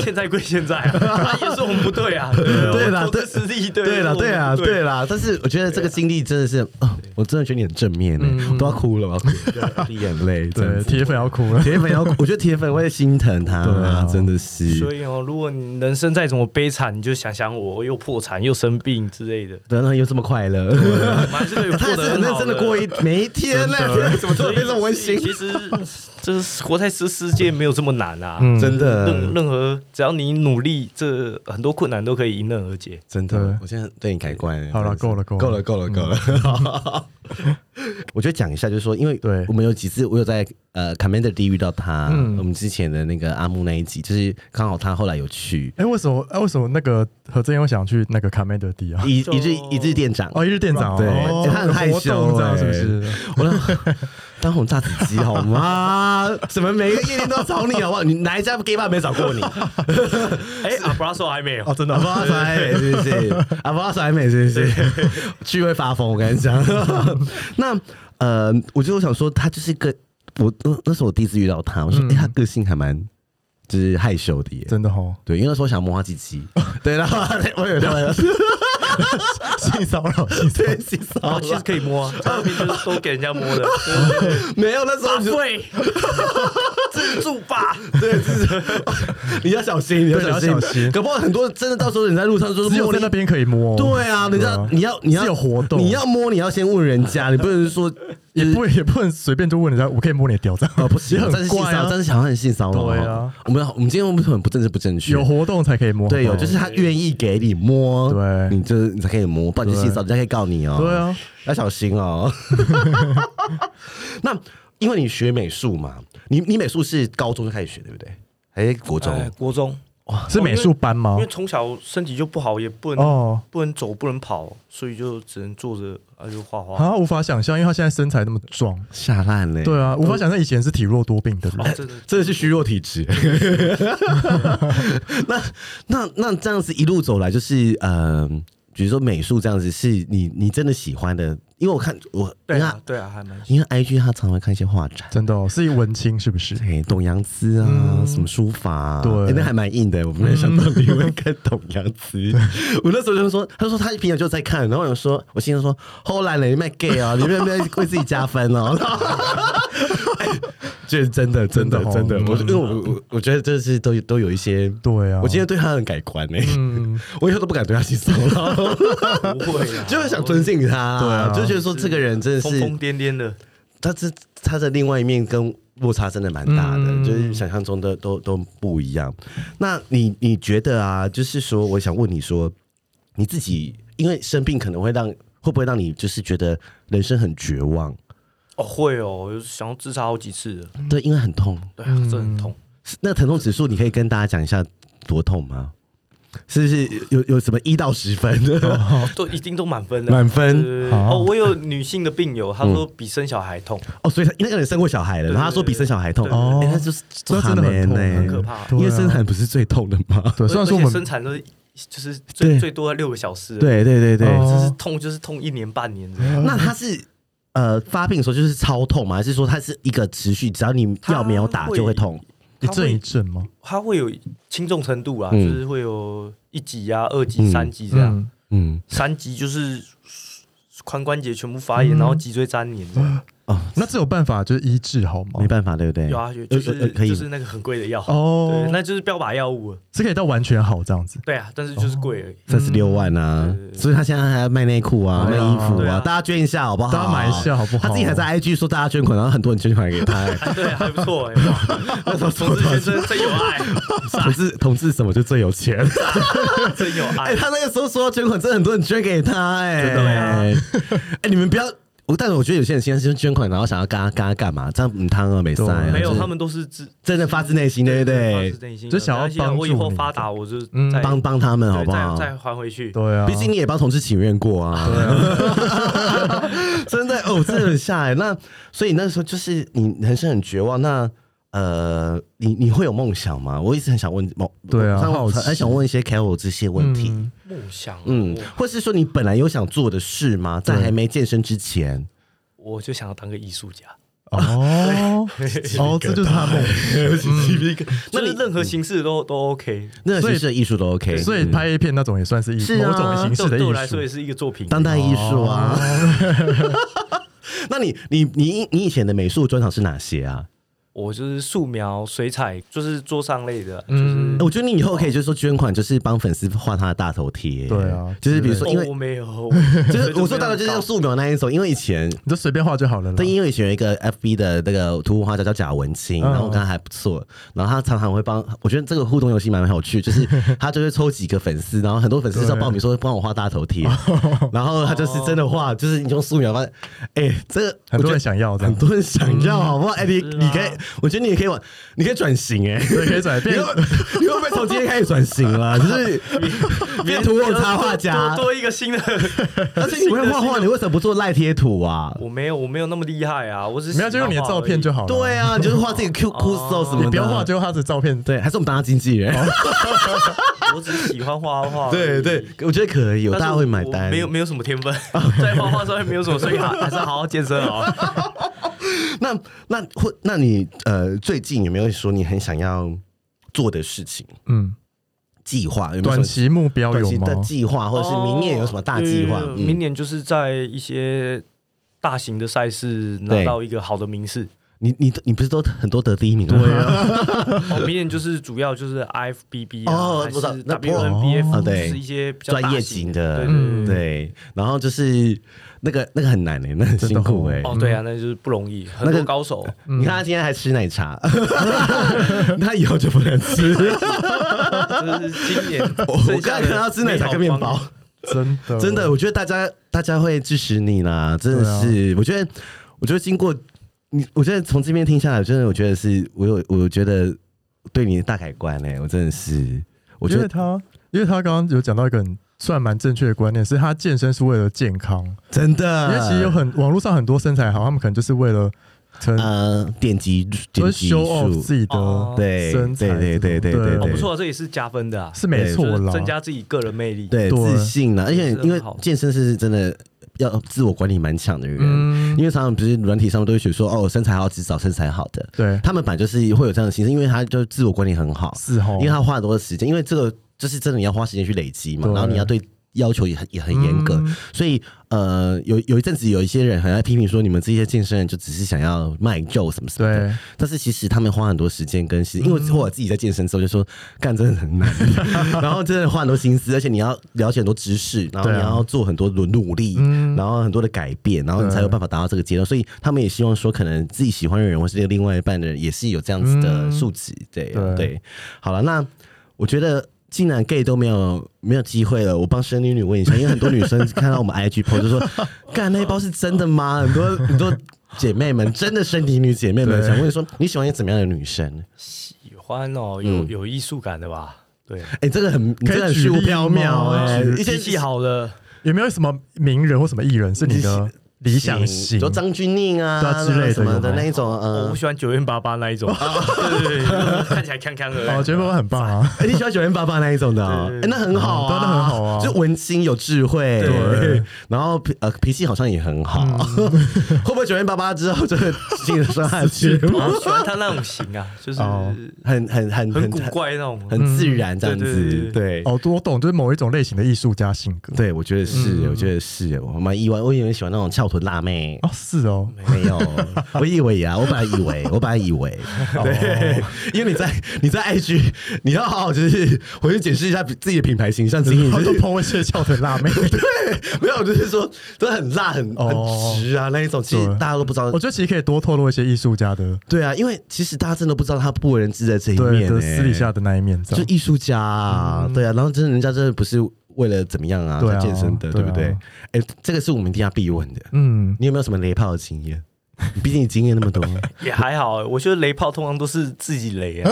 S3: 欠债归欠债啊，他也是我们不对啊，对
S2: 对啦
S3: 啦，
S2: 对
S3: 对实力，
S2: 对啦，对啦，
S3: 啊，
S2: 对啦，但是我觉得这个经历真的是，哦我真的觉得你很正面欸，
S3: 嗯
S2: 我都要哭了，我要哭了，滴眼 *laughs* 泪，真
S1: 对，
S2: 的。
S1: 铁粉要哭了，
S2: 铁粉要，我觉得铁粉会心疼他
S1: 对啊，
S2: 真的是。
S3: 所以哦，如果你人生再怎么悲惨，你就想想我又破产又生病之类的，
S2: 对，然后又这么快乐， *laughs*
S3: 我们还是可以
S2: 他也
S3: 过
S2: 是
S3: 得
S2: 很
S3: 很
S2: 认
S3: 好
S2: 真的啊过一每一天呢，天 *laughs* 啊怎么突然变这么温馨？
S3: 其实就是活在这世界没有这么难啊，
S1: 嗯
S2: 真
S3: 任
S2: 的，
S3: 任何只要你努力，这很多困难都可以迎刃而解。
S2: 真
S1: 对
S2: 的，我现在对你改观了。
S1: 好了
S2: 真的
S1: 够了
S2: 是
S1: 嗯
S2: 够了，够了，够了。 *laughs* 我觉得讲一下，就是说，因为
S1: 对
S2: 我们有几次，我有在呃 Commander D 遇到他，
S1: 嗯
S2: 我们之前的那个阿木那一集，就是刚好他后来有去
S1: *laughs* 哎，为什么？哎，为什么那个何振英想去那个卡梅德迪啊？
S2: *laughs* 一
S3: 就
S2: 一日一日店长，
S1: 哦，一日店长哦，
S2: 对
S1: 哦
S2: 哎他很害羞
S1: 活动这样
S2: 哎
S1: 是不是？
S2: 我让当红炸子鸡好
S1: *laughs*
S2: 吗？什么每个夜店都要找你好不好？你哪一家 gay bar 没找过你？
S3: 哎， *laughs* 阿布拉索还没有，
S1: 哦，真的
S2: 阿布
S1: 哦，
S2: 拉甩美是不是？
S1: *laughs*
S2: 阿布拉甩美是不是？去会发疯，我跟你讲。 *laughs* 那呃，我就想说，他就是个我那那是我第一次遇到他，我说哎、诶他个性还蛮就是害羞的耶。
S1: 嗯真的哦，
S2: 对，因为那时候我想摸他鸡鸡，对，
S1: *laughs*
S2: 然后他我有他
S1: 啊性骚扰，性骚
S2: *laughs* 对
S1: 扰，
S2: 性骚
S3: 哦，
S2: 扰
S3: 其实可
S2: *laughs*
S3: 以摸啊，在那边就是都给人家摸的，
S2: 哦没有那时候
S3: 大
S2: 我就
S3: *laughs* 会，自住吧。
S2: 对，就是你要小心，你要
S1: 对
S2: 小
S1: 要
S2: 心，
S1: 小心
S2: 搞不好很多真的到时候你在路上就是
S1: 只有
S2: 摸
S1: 在
S2: 你
S1: 那边可以摸。
S2: 对啊，人家你要你要
S1: 是有活动
S2: 你要摸你要先问人家，你不能说
S1: 也不也不能随便就问人家，我可以摸你的屌
S2: *laughs*
S1: 这样
S2: 啊不行，
S1: 也
S2: 这是
S1: 很
S2: 性
S1: 怪
S2: 骚
S1: 啊
S2: 这。是想很性骚扰。
S1: 对啊，
S2: 我们我们今天我们很不正是不正确
S1: *laughs* 有。活动才可以摸，哦
S2: 对，
S1: 好
S2: 有
S1: 不好
S2: 就是他愿意给你摸，
S1: 对
S2: 你就是你才可以摸，不然你就性骚扰，人家可以告你哦。
S1: 对啊，
S2: 要小心 *laughs* 哦。那因为你学美术嘛，你你美术是高中就开始学对不对？还是国中？
S3: 哎国中，
S1: 是美术班吗
S2: 哦
S3: 因为？从小身体就不好，也不能
S1: 哦，
S3: 不能走，不能跑，所以就只能坐着，啊就画画。
S1: 啊，无法想象，因为他现在身材那么壮，
S2: 吓烂嘞！
S1: 对啊，无法想象以前是体弱多病的人。
S3: 哦，
S2: 啊
S3: *laughs* 真
S2: *laughs*
S3: 的
S2: 真的是虚弱体质。 *laughs* 那那那这样子一路走来，就是呃，比如说美术这样子，是你你真的喜欢的，因为我看我
S3: 对
S2: 因
S3: 啊
S2: 为，
S3: 对啊，还蛮
S2: 因为 IG 他常常看一些画展。
S1: 真的、哦、是一文青是不是？
S2: 哎，董阳姿啊，什么书法、啊，
S1: 嗯对嗯
S2: 哎那还蛮硬的。我没有想到你会看董阳姿， *laughs* 我那时候就说，他说他平常就在看，然后我就说，我心里说，后来了，你卖 gay 啊，你有没有为自己加分哦？ *laughs* 哎这、是真的，真的，
S1: 真的哦
S2: 真的，我
S1: 嗯
S2: 因为我我我觉得这是都有都有一些，
S1: 对啊，
S2: 我今天对他很改观哎、
S1: 嗯，
S2: 我以后都不敢对他性骚
S1: *laughs*
S2: 扰，
S3: 不会啊，
S2: *laughs* 就是想尊敬他，
S1: 对啊
S2: 就觉得说这个人真的
S3: 疯
S2: 是
S3: 疯癫癫的，
S2: 他这他的另外一面跟落差真的蛮大的，
S1: 嗯
S2: 就是想象中的都都不一样。那你你觉得啊，就是说，我想问你说，你自己因为生病可能会让会不会让你就是觉得人生很绝望？
S3: 哦会哦，有想要自杀好几次了，
S2: 对，因为很痛，
S3: 对啊，真的很痛。
S2: 是那疼痛指数你可以跟大家讲一下多痛吗？是不是有有什么一到十分？
S3: 哦都一定都满分的，
S2: 哦满分嗯
S3: 对对对对
S1: 好
S3: 哦，我有女性的病友，她说比生小孩痛，
S2: 哦，所以他那个人生过小孩了，然后他说比生小孩痛，
S3: 对对
S1: 对
S2: 哦，
S1: 对
S2: 他就是
S1: 那真的很痛
S2: 欸
S1: 很
S3: 可怕
S1: 对啊
S2: 因为生产不是最痛的吗？
S1: 对，虽然
S3: 而
S1: 说我
S3: 且
S1: 们 *laughs*
S3: 生产都就是
S2: 对
S3: 最最多要六个小时，，
S2: 对对对对，
S1: 哦
S3: 就是痛就是痛一年半年这样。
S2: 那他是呃发病的时候就是超痛吗？还是说它是一个持续，只要你药没有打
S3: 它会
S2: 就会痛？
S1: 一
S3: 他
S1: 阵一
S3: 会
S1: 阵嘛，
S3: 它会有轻重程度啦，
S2: 嗯
S3: 就是会有一级啊、二
S2: 嗯
S3: 级、三级这样。
S1: 嗯，
S2: 嗯，
S3: 三级就是髋关节全部发炎，
S1: 嗯
S3: 然后脊椎粘连这样。
S2: 哦，
S1: 那这有办法就是医治好吗
S2: 没？办法，对不对？
S3: 有啊，有就
S2: 呃呃
S3: 是
S2: 可以
S3: 就是那个很贵的药，
S1: 哦
S3: 对，，那就是标靶药物了。
S1: 是可以到完全好这样子，
S3: 对啊，但是就是贵而已。 *laughs*
S2: 三十六万啊，
S3: 嗯
S2: 所以他现在还要卖内裤啊，卖
S1: 对啊
S2: 衣服
S3: 对
S2: 啊，
S3: 啊
S2: 大家捐一下好不好？
S1: 大家买一下好不好
S2: 他自己还在 IG 说大家捐款，然后很多人捐款给他、 *laughs* 欸
S3: 哎对啊，还不错哎，哇，同志先生真有爱，
S2: 同志同志什么就最有钱？
S3: 真有
S2: *laughs* 哎、
S3: 爱。
S2: 他那个时候说捐款，真的很多人捐给他、哎，
S3: 真的啊
S2: *laughs* 哎、你们不要。我但是我觉得有些人现在是捐款，然后想要跟他跟他干嘛？这样嗯，他二没塞、啊，
S1: 对
S3: 没
S2: 就
S3: 有，
S2: 是
S3: 他们都是自
S2: 真的发自内心，对不对
S3: 发？自内心
S1: 就
S3: 的
S1: 想要
S3: 而且我
S1: 帮
S3: 以
S1: 助
S3: 后
S1: 你
S3: 发达，我就
S1: 嗯
S3: 再
S2: 帮帮他们好
S3: 对
S2: 不好
S3: 再？再还回去。
S1: 对啊，
S2: 毕竟你也帮同志请愿过啊，
S1: 啊
S2: *laughs* 真的哦，真的很吓哎、那所以那时候就是你人生很绝望，那呃，你你会有梦想吗？我一直很想问梦，
S1: 对啊
S2: 像我
S1: 好奇
S2: 很想问一些 Carol 这些问题，
S1: *laughs* 嗯
S3: 梦想，
S2: 嗯
S3: 嗯，
S2: 或是说你本来有想做的事吗？在还没健身之前，
S3: 我就想要当个艺术家，
S1: 哦哦，这就是 *laughs* 他的梦嗯想，
S3: 那你任何
S2: 嗯
S3: 形式都都 OK。
S2: 那
S1: 所以
S2: 其实艺术都 OK，嗯
S1: 所以拍 A 片那种也算是艺
S2: 是啊
S1: 某种形
S3: 对
S1: 式的
S3: 对我
S1: 艺
S3: 来说也
S1: 术，
S3: 是一个作品。
S2: 当代艺术啊。
S1: 哦
S2: *laughs* 那你你你你以前的美术专长是哪些啊？
S3: 我就是素描、水彩，就是桌上类的，啊就
S1: 嗯
S3: 是
S2: 我觉得你以后可以就是说捐款，就是帮粉丝画他的大头贴。
S1: 对啊
S2: 就是比如说，因
S3: 哦
S2: 为
S3: 我没有，
S2: *laughs* 就是
S1: 哦
S2: 我说大头
S3: 头
S2: 就是用素描那一种，因为
S1: *laughs*
S2: 以前。
S1: 你就随便画就好了啦
S2: 但。因为以前有一个 FB 的那个图文画家叫贾文清，
S1: 嗯
S2: 然后我跟他还不错，然后他常常会帮，我觉得这个互动游戏蛮有趣，就是
S1: *laughs*
S2: 他就会抽几个粉丝，然后很多粉丝就报名说帮我画大头贴，然后他就是真的画，就是你用素描画，哎、这个
S1: 哦很多
S2: 我觉得
S1: 人想要这
S2: 很 *laughs*
S1: 样，嗯
S2: 多人想要，好不好？哎、你
S3: 是啊
S2: 你可以，我觉得你也可以往，你可以转型、哎，
S1: 对，可以转
S2: 你
S1: 变
S2: 会， *laughs* 你会不会从今天开始转型 *laughs* 了？就是变图文插画家
S3: 多，多一
S2: *laughs*
S3: 个新的。
S2: 而且你会画画，你为什么不做赖贴图啊？
S3: 我没有，我没有那么厉害啊，我只是
S1: 没有就用你的照片就好
S3: 好。
S1: 了。
S2: 对啊，你就是画自己 Q Q so 什么的，哦
S1: 你不要画，就用他的照片。
S2: 对，还是我们当他经纪人。
S3: 我只是喜欢画
S2: *laughs*
S3: 画而已。
S2: 对对，我觉得可以，有
S3: 但
S2: 大
S3: 是
S2: 家会买
S3: 我
S2: 单。
S3: 没有，没有什么天
S2: *laughs*
S3: 分，在画画上面没有什么，所以还还是好好健身哦。
S2: 那那或那你呃，最近有没有说你很想要做的事情？
S1: 嗯，
S2: 计划有没有
S1: 短
S2: 什
S1: 期目
S2: 么
S1: 标
S2: 短
S1: 有
S2: 期
S1: 吗
S2: 的？计划，或者是明年有什么大计划？
S3: 哦
S2: 嗯
S3: 对明年就是在一些大型的赛事拿
S2: 对 *laughs*
S3: 到一个好的名次，
S2: 你你你不是都很多得第一名吗？
S4: 对啊，
S3: 哦，明年就是主要就是 IFBB
S2: 哦
S3: 啊，还是
S2: 我知道那不
S3: WNBF，、
S2: 哦对
S3: 就是一些比较
S2: *laughs*
S3: 大
S2: 专业
S3: 型
S2: 型的，
S3: 对对
S1: 嗯
S2: 对，然后就是那个那个很难哎、那很辛苦哎、
S1: 真的嗯
S3: 哦，对啊，那就是不容易，很
S2: 那
S3: 多
S2: 个
S3: 高手。
S2: 你看他今天还吃奶茶， *laughs* 那以后就不能吃。
S3: 这是今年
S2: *laughs* 我刚才看到吃奶茶跟面包，
S1: 真的
S2: 真的，我觉得大家大家会支持你啦，真
S1: 啊
S2: 的是，我觉得，我觉得经过你，我觉得从这边听下来，真的，我觉得是我有，我觉得对你的大改观哎、我真的是，我
S1: 我
S2: 觉
S1: 觉得
S2: 得
S1: 他，因为他刚刚有讲到一个很算蛮正确的观念，是他健身是为了健康，
S2: 真的，
S1: 因为其实有很网络上很多身材好，他们可能就是为了成
S2: 呃，点击
S1: 就是
S2: 点击
S1: show off
S2: 数，
S1: 自己
S3: 哦
S1: 的，
S2: 对
S1: 身材
S2: 对对对对
S1: 这种
S2: 对
S1: 对
S3: 哦，
S2: 对，
S3: 不错啊，这也是加分的啊，
S1: 是没错
S3: 就是
S1: 啦，
S3: 增加自己个人魅力。
S2: 对
S1: 对
S2: 自信啦，而且
S3: 是很
S2: 因为
S3: 好
S2: 健身是真的要自我管理蛮强的人，
S1: 嗯
S2: 因为常常不是软体上面都会写说哦身材好只找身材好的，
S1: 对，
S2: 他们本来就是会有这样的形式，因为他就自我管理很好，
S1: 是哦吼，
S2: 因为他花很多的时间，因为这个就是真的你要花时间去累积嘛，
S1: 对
S2: 然后你要对要求也很也很严格，
S1: 嗯
S2: 所以呃有有一阵子有一些人很爱批评说你们这些健身人就只是想要卖肉什么什么的，
S1: 对，
S2: 但是其实他们花很多时间跟心，因为
S1: 嗯
S2: 我自己在健身之后就说，干真的很难， *laughs* 然后真的花很多心思，而且你要了解很多知识，然后
S1: 对
S2: 你
S1: 啊
S2: 要做很多的努力，
S1: 嗯
S2: 然后很多的改变，然后你才有办法达到这个阶段。所以他们也希望说，可能自己喜欢的人或是另外一半的人，也是有这样子的
S1: 嗯
S2: 素质。对啊
S1: 对
S2: 对，好了，那我觉得。既然 gay 都没有没有机会了，我帮生女女问一下，因为很多女生看到我们
S1: *laughs*
S2: IG post 就说：“干那一包是真的吗？”很多很多姐妹们，真的身体女姐妹们
S1: 对
S2: 想问说，你喜欢怎么样的女生？
S3: 喜欢哦，有
S2: 嗯
S3: 有艺术感的吧？对，
S2: 哎、这个很，你
S1: 可以
S2: 这个很
S1: 举
S2: 虚
S1: 例
S2: 无缥缈
S1: 吗
S2: 哎，
S1: 举
S2: 一些
S3: 脾气好的，
S1: 有没有什么名人或什么艺人是你的理想型
S2: 比如？张钧甯
S1: 对啊
S2: 啊
S1: 之类的
S2: 什么
S1: 有
S2: 的
S1: 吗
S2: 那一种，
S3: 哦
S2: 呃
S3: 我，喜欢九零八八那一种，啊对对对，就是看起来康康的。
S1: 哦，我觉得爸爸很棒啊，
S2: 哎、你喜欢九零八八那一种的、哦，哎、
S3: 对
S2: 那很好啊，
S1: 嗯当然很好啊
S2: 就文青有智慧，
S1: 对，
S2: *laughs* 然后脾呃脾气好像也很好，
S3: 嗯
S2: *laughs* 会不会九零八八之后就会进入下 *laughs* 去？
S3: 我喜欢他那种型啊，就是
S1: 哦
S2: 很很很
S3: 很
S2: 很
S3: 古怪那种。
S2: 很自然这样
S3: 对对
S2: 子，
S3: 对
S2: 对。
S1: 哦，我懂，就是某一种类型的艺术家性格。
S2: 对，我觉得是，
S3: 嗯
S2: 我觉得是，我蛮意外，我以为喜欢那种翘臀辣妹，
S1: 哦，是哦，
S2: 没有，我以为啊，我本来以为，我本来以 *laughs* 为，对，因为你在你在 IG，你要好好就是回去检视一下自己的品牌形象经营，
S1: 好
S2: 就
S1: 多
S2: 是
S1: 朋友圈翘臀
S2: *laughs*
S1: 辣妹，
S2: 没有，就是说真的很辣、很
S1: 哦
S2: 很直啊那一种，其实
S1: 对哦
S2: 大家都不知道
S1: 我。觉得其实可以多透露一些艺术家的
S2: 对啊，因为其实大家真的不知道他不为人知的这一
S1: 对
S2: 面
S1: 的
S2: 欸
S1: 私底下的那一面，这
S2: 就
S1: 样
S2: 艺术家啊，对啊，然后真的人家真的不是为了怎么样啊，
S1: 对啊
S2: 在健身的，
S1: 对
S2: 对
S1: 啊
S2: 不对？哎，这个是我们一定要必问的。
S1: 嗯，
S2: 你有没有什么雷炮的经验？毕竟你经验那么多，
S1: *laughs*
S3: 也还好，我觉得雷炮通常都是自己雷啊，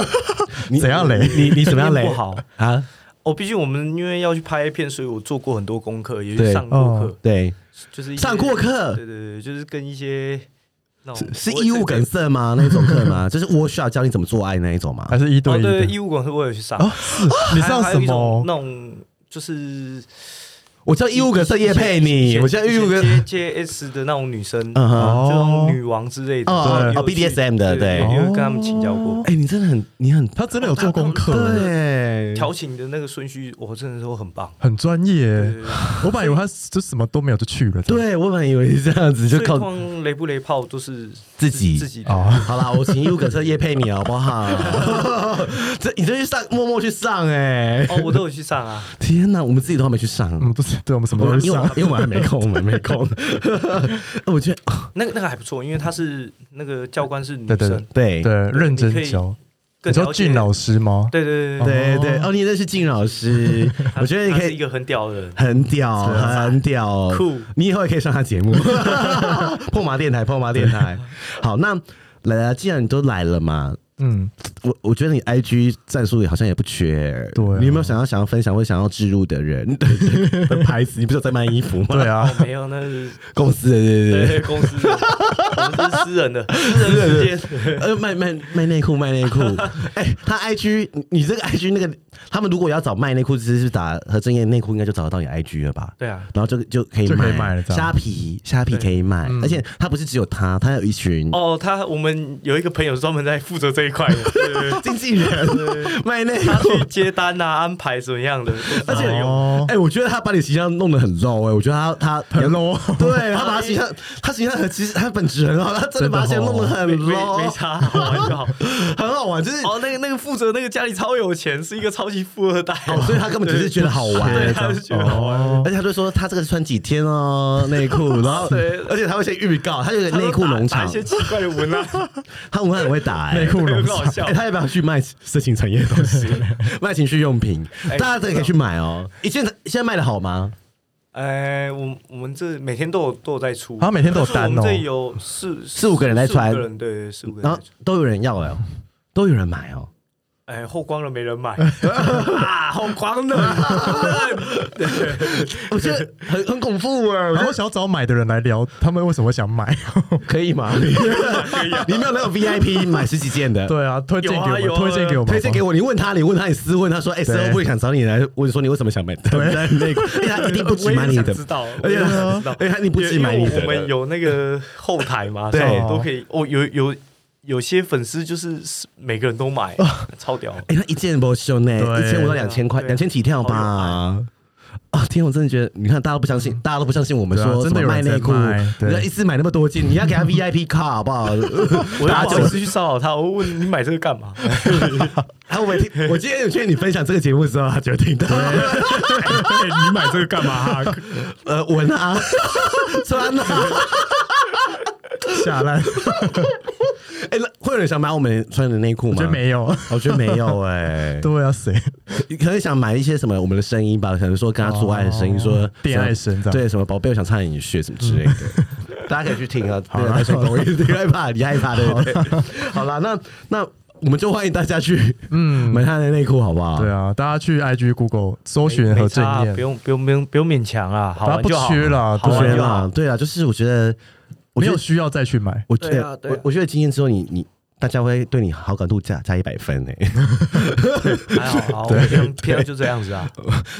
S2: 你
S1: 怎样雷
S2: 你你怎么样雷
S3: 不好
S2: 啊？
S3: 哦。毕竟我们因为要去拍片，所以我做过很多功课，也
S2: 对
S3: 去上过课，
S2: 对，
S3: 就是一些
S2: 上过，课
S3: 对对对，就是跟一些那种
S2: 是义务梗塞吗？那种课吗？就是 workshop 教你怎么做爱那一种吗？
S1: *laughs* 还是一
S3: 哦，
S1: 对一
S3: 对，
S1: 的
S3: 义务梗是我有去上，
S1: 哦，是你
S3: 还
S1: 上
S3: 还
S1: 什
S3: 有一种
S1: 么？
S3: 那种就是
S2: 我叫义务梗塞叶配你，我叫义务梗
S3: 接接 S 的那种女生，
S2: 嗯哼
S3: 就那
S1: 哦
S3: 种女王之类的，
S2: 哦
S3: 然后也有
S2: 哦
S3: 去
S2: BDSM 的
S3: 对，
S2: 对
S3: 也有跟他们请教
S1: 哦
S3: 过。
S2: 哎，你真的很，你很
S1: 他真的有做功课，
S2: 对，
S3: *laughs* 调情的那个顺序，我真的说很棒。
S1: 很专
S3: 对
S1: 业。
S3: 对对
S1: 我本来以为他就什么都没有就去了，这样
S2: 对我本来以为是这样子，就
S3: 所以
S2: 靠
S3: 通常雷不雷炮都是
S2: 自己
S3: 自己
S1: 哦，
S2: *laughs* 好啦，我请义务梗塞叶配你好不好？这你就去上，默默去上哎、
S3: 哦，我都有去上啊。
S2: 天哪，我们自己都还没去上，
S1: 我们不是嗯对我们什么
S2: 我
S1: 都
S2: 们
S1: 会
S2: 因为我
S1: 上
S2: 们，因为我们还没空，我们还没空。哦我觉得
S3: 那个那个还不错，因为她是那个教官是女
S1: 对对对
S3: 生，
S2: 对
S1: 对，认真教。
S3: 更
S1: 你
S3: 了
S1: 说
S3: 解
S1: 俊老师吗？
S3: 对对对对，
S2: 对对，哦，你认识靳老师，我觉得你
S3: 她
S2: 可
S3: 是一
S2: 以哦
S3: 个很屌的人，
S2: 很屌，
S1: 是啊
S2: 很屌，
S3: 酷。
S2: 你以后也可以上他节目，破麻电台，破麻电台。好，那来了，既然你都来了嘛，
S1: 嗯，
S2: 我我觉得你 IG 战术也好像也不缺、欸
S1: 对啊
S2: 你有没有想要想要分享或想要置入
S1: *laughs*
S2: 的人的牌子？你不是有在卖衣服吗？
S1: 对啊，
S3: 哦，没有，那是
S2: 公司的对对
S3: 对
S2: 对
S3: 对公司的，我们是私人的，私人之间。
S2: *laughs* 对，呃，卖卖卖内裤，卖内
S1: *laughs*
S2: 裤。哎、他 IG，你你这个 IG 那个，他们如果要找卖内裤，只是打何正业内裤，应该就找得到你 IG 了吧？
S3: 对啊，
S2: 然后就就可以
S1: 就可以
S2: 买
S1: 卖了这样嗯
S2: 虾皮，虾皮可以卖，而且他不是只有他，他有一群
S3: 哦哦，他我们有一个朋友专门在负责这这一块的，对
S2: *laughs*
S3: 对对
S2: 经纪人卖内
S3: 他去
S2: 容。
S3: 接单啊，安排怎么样的，
S2: 而且
S3: 有
S1: 哦，
S2: 哎、我觉得他把你形象弄得很 low 哎、我觉得他他
S1: 很 *laughs*
S3: *laughs*
S1: low
S2: 对他把他形象，他形象很其实他本质很好，他真的
S1: 真的
S2: 把他形象
S1: 哦
S2: 弄得很
S3: 没没
S2: low，
S3: 没差，好玩就好。 *laughs*
S2: 很好玩，就是
S3: 哦，那个那个负责那个家里超有钱，是一个超级富二代，
S2: 哦，所以他根本只是觉得好玩，
S3: 对，他是觉得好玩。
S1: 哦
S2: 而且他就说他这个穿几天哦，内裤，然后
S3: 对
S2: 而且他会先预告，他有个内裤农
S3: 打打
S2: 场
S3: 一，些奇怪的文案，
S2: *laughs* 他文案很会打哎
S1: 内裤
S3: 很
S1: 农
S3: 好
S1: 场，
S3: 笑
S2: *laughs* 哎，。他要不要去卖色情产业的东西，卖情趣用品，
S3: 哎
S2: 大家都可以去买哦。以前现在卖的好吗？
S3: 哎，我我们这每天都有都有在出，
S1: 啊每天都有单哦
S3: 但是我们这有四
S2: 四五个人在穿
S3: 四五个人对，四五个人
S2: 然
S3: 在
S2: 后
S3: 穿。
S2: 都有人要哎，都有人买哦。
S3: 哎，后光了没人买
S2: *laughs*
S3: 啊，后光了， *laughs*
S2: 我觉 *laughs* 得很很恐怖哎，我
S1: 然
S2: 觉得
S1: 后想要找买的人来聊，他们为什么会想买？ *laughs*
S2: 哦可以吗？ *laughs* 你没有那种 VIP 买十几件的，
S1: 对啊，推荐给我们，
S3: 有啊有啊
S1: 推荐给我们，
S2: 推荐
S1: *laughs*
S2: 给我，你问他，你问他，你私问他说，哎，谁
S1: 对哎
S2: 会不会想找你来？我就说你为什么想买单 *laughs* 单内裤？因为他
S3: *laughs*
S2: 一定不只买你
S3: 我也
S2: 的哎
S3: 想，
S2: *laughs*
S3: 知道，
S2: 而且
S3: 我也想
S2: 他
S3: 知道
S2: 而且他一定不只买你
S3: 因为
S2: 的。
S3: 我们有那个后台嘛，
S2: 对啊
S3: 所以都可以。哦，有有有些粉丝就是每个人都买，超屌。
S2: 哎、他一件不秀呢，
S1: 对
S2: 一千五到两千块，
S3: 对
S2: 两千起跳吧。啊、天，我真的觉得，你看，大家都不相信，大家都不相信我们
S1: 嗯对啊
S2: 说
S1: 真的
S2: 什么
S1: 有
S2: 卖
S1: 人在
S2: 内裤，
S1: 卖对
S2: 你要一次买那么多件，你要给他
S1: *laughs*
S2: VIP 卡好不好？
S3: 我
S2: 打
S3: 打
S2: 九
S3: 九次去骚扰他，我问你买这个干
S2: *laughs*
S3: 嘛？
S2: 啊，我每天，我今天有劝你分享这个节目的时候，他决定的。
S1: 哎你买这个干嘛？
S2: *laughs*
S1: *laughs*
S2: 呃，闻啊， *laughs* 穿啊，
S1: 下烂，
S2: 哎、那会有人想买我们穿的内裤
S1: 我
S2: 吗？
S1: 觉得，没有。
S2: *laughs* 我觉得没有 *laughs* 哎、
S1: 对啊，谁？
S2: 可能想买一些什么我们的声音吧，可能说跟他做爱的声音，
S1: 哦
S2: 说
S1: 恋爱声这样
S2: 对什么宝贝，我想插你血什么之类的， *laughs* 大家可以去听啊。对，来成功，你害怕，你害怕，对不对？ *laughs* 好啦，那那我们就欢迎大家去嗯买他的内裤，好不好？
S1: 对啊，大家去 IG、Google 搜寻何
S3: 没
S1: 正
S3: 差啊
S1: 念
S3: 不，用不用不用不用勉强啊，好
S1: 大家
S3: 玩
S1: 不
S3: 就好。
S1: 缺啦，
S3: 好
S1: 对
S2: 不觉
S1: 啊
S3: 玩
S2: 得
S3: 就
S2: 嘛，
S3: 好
S2: 对啊，就是我觉得，我
S1: 没
S2: 觉
S1: 有
S2: 得，
S1: 需要再去买。
S2: 我觉
S3: 对啊
S2: 得，
S3: 对啊
S2: 我我觉得今天之后，你你大家会对你好感度加加一百分欸诶。 *laughs*
S3: 还好，好，我平常平常就这样子啊。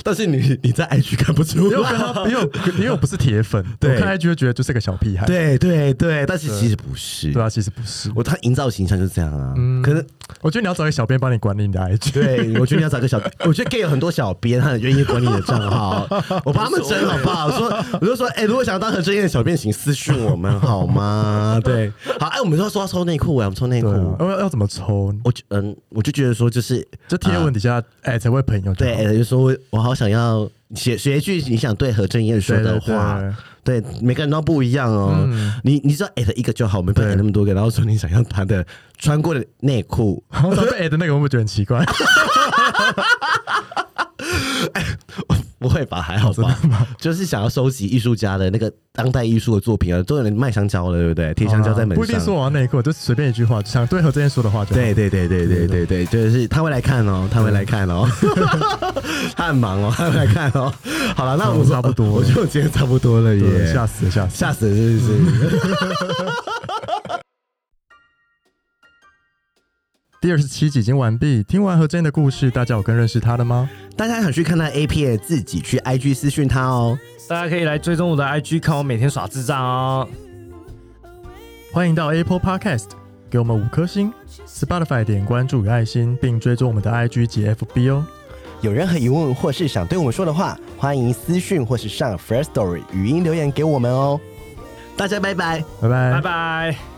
S2: 但是你你在 IG 看不出
S1: *laughs* 因为我
S2: 来
S1: 跟。他，因为
S2: *laughs*
S1: 我因为我不是铁粉，我
S2: 对
S1: 看 IG 就觉得就是个小屁孩。
S2: 对对对，但是其实不是，
S1: 对啊，其实不是。
S2: 我他营造形象就是这样啊，
S1: 嗯
S2: 可能
S1: 我觉得你要找一个小编帮你管理你的 IG。
S2: 对，我觉得你要找
S1: *laughs*
S2: 个小，我觉得 gay 有很多小编，他很愿意管理你的账号，我帮他们整好不好？我说，我就说，哎、如果想要当很正业的小编，请私讯我们
S1: *laughs*
S2: 好吗？对，好，哎、我们说说要抽内裤，哎我们抽内裤，
S1: 对啊，要要怎么抽？
S2: 我就嗯，我就觉得说就是啊
S1: 就贴文底下哎才会朋友就
S2: 对，
S1: 好
S2: 哎就说我好想要写写一句你想对何正业说的话，对每个人都不一样哦。你你只要艾特一个就好，我们不要
S1: 嗯对
S2: 艾特那么多个。然后说你想要他的穿过的内裤，
S1: 然后他被 a 的那个，我会觉得很奇怪。
S2: 不会吧？还好吧？就是想要收集艺术家的那个当代艺术的作品啊，都有人卖香蕉了，对不对？贴香蕉在门
S1: 不
S2: 上。
S1: 一定说我要啊内裤，我就随便一句话，想对何这件说的话就好。
S2: 对对对对对对对，就是他会来看哦，他会来看哦，他很忙哦，他会来看哦。好了，那我们
S1: 差不多了
S2: 我觉得我今天差不多了
S1: 对，
S2: 耶，
S1: 吓死了吓死了。
S2: 吓死了是不是？
S1: 第二十七集已经完毕，听完何真的故事，大家有更认识他了吗？
S2: 大家想去看他 A P 的，自己去 I G 私讯他哦。
S3: *laughs* 大家可以来追踪我的 IG，看我每天耍智障哦。
S1: 欢迎到 Apple Podcast 给我们五颗星，Spotify 点关注与爱心，并追踪我们的 IG 及 FB 哦。
S2: 有任何疑问或是想对我们说的话，欢迎私讯或是上 First Story 语音留言给我们哦。大家拜拜。
S1: 拜拜，
S3: 拜拜。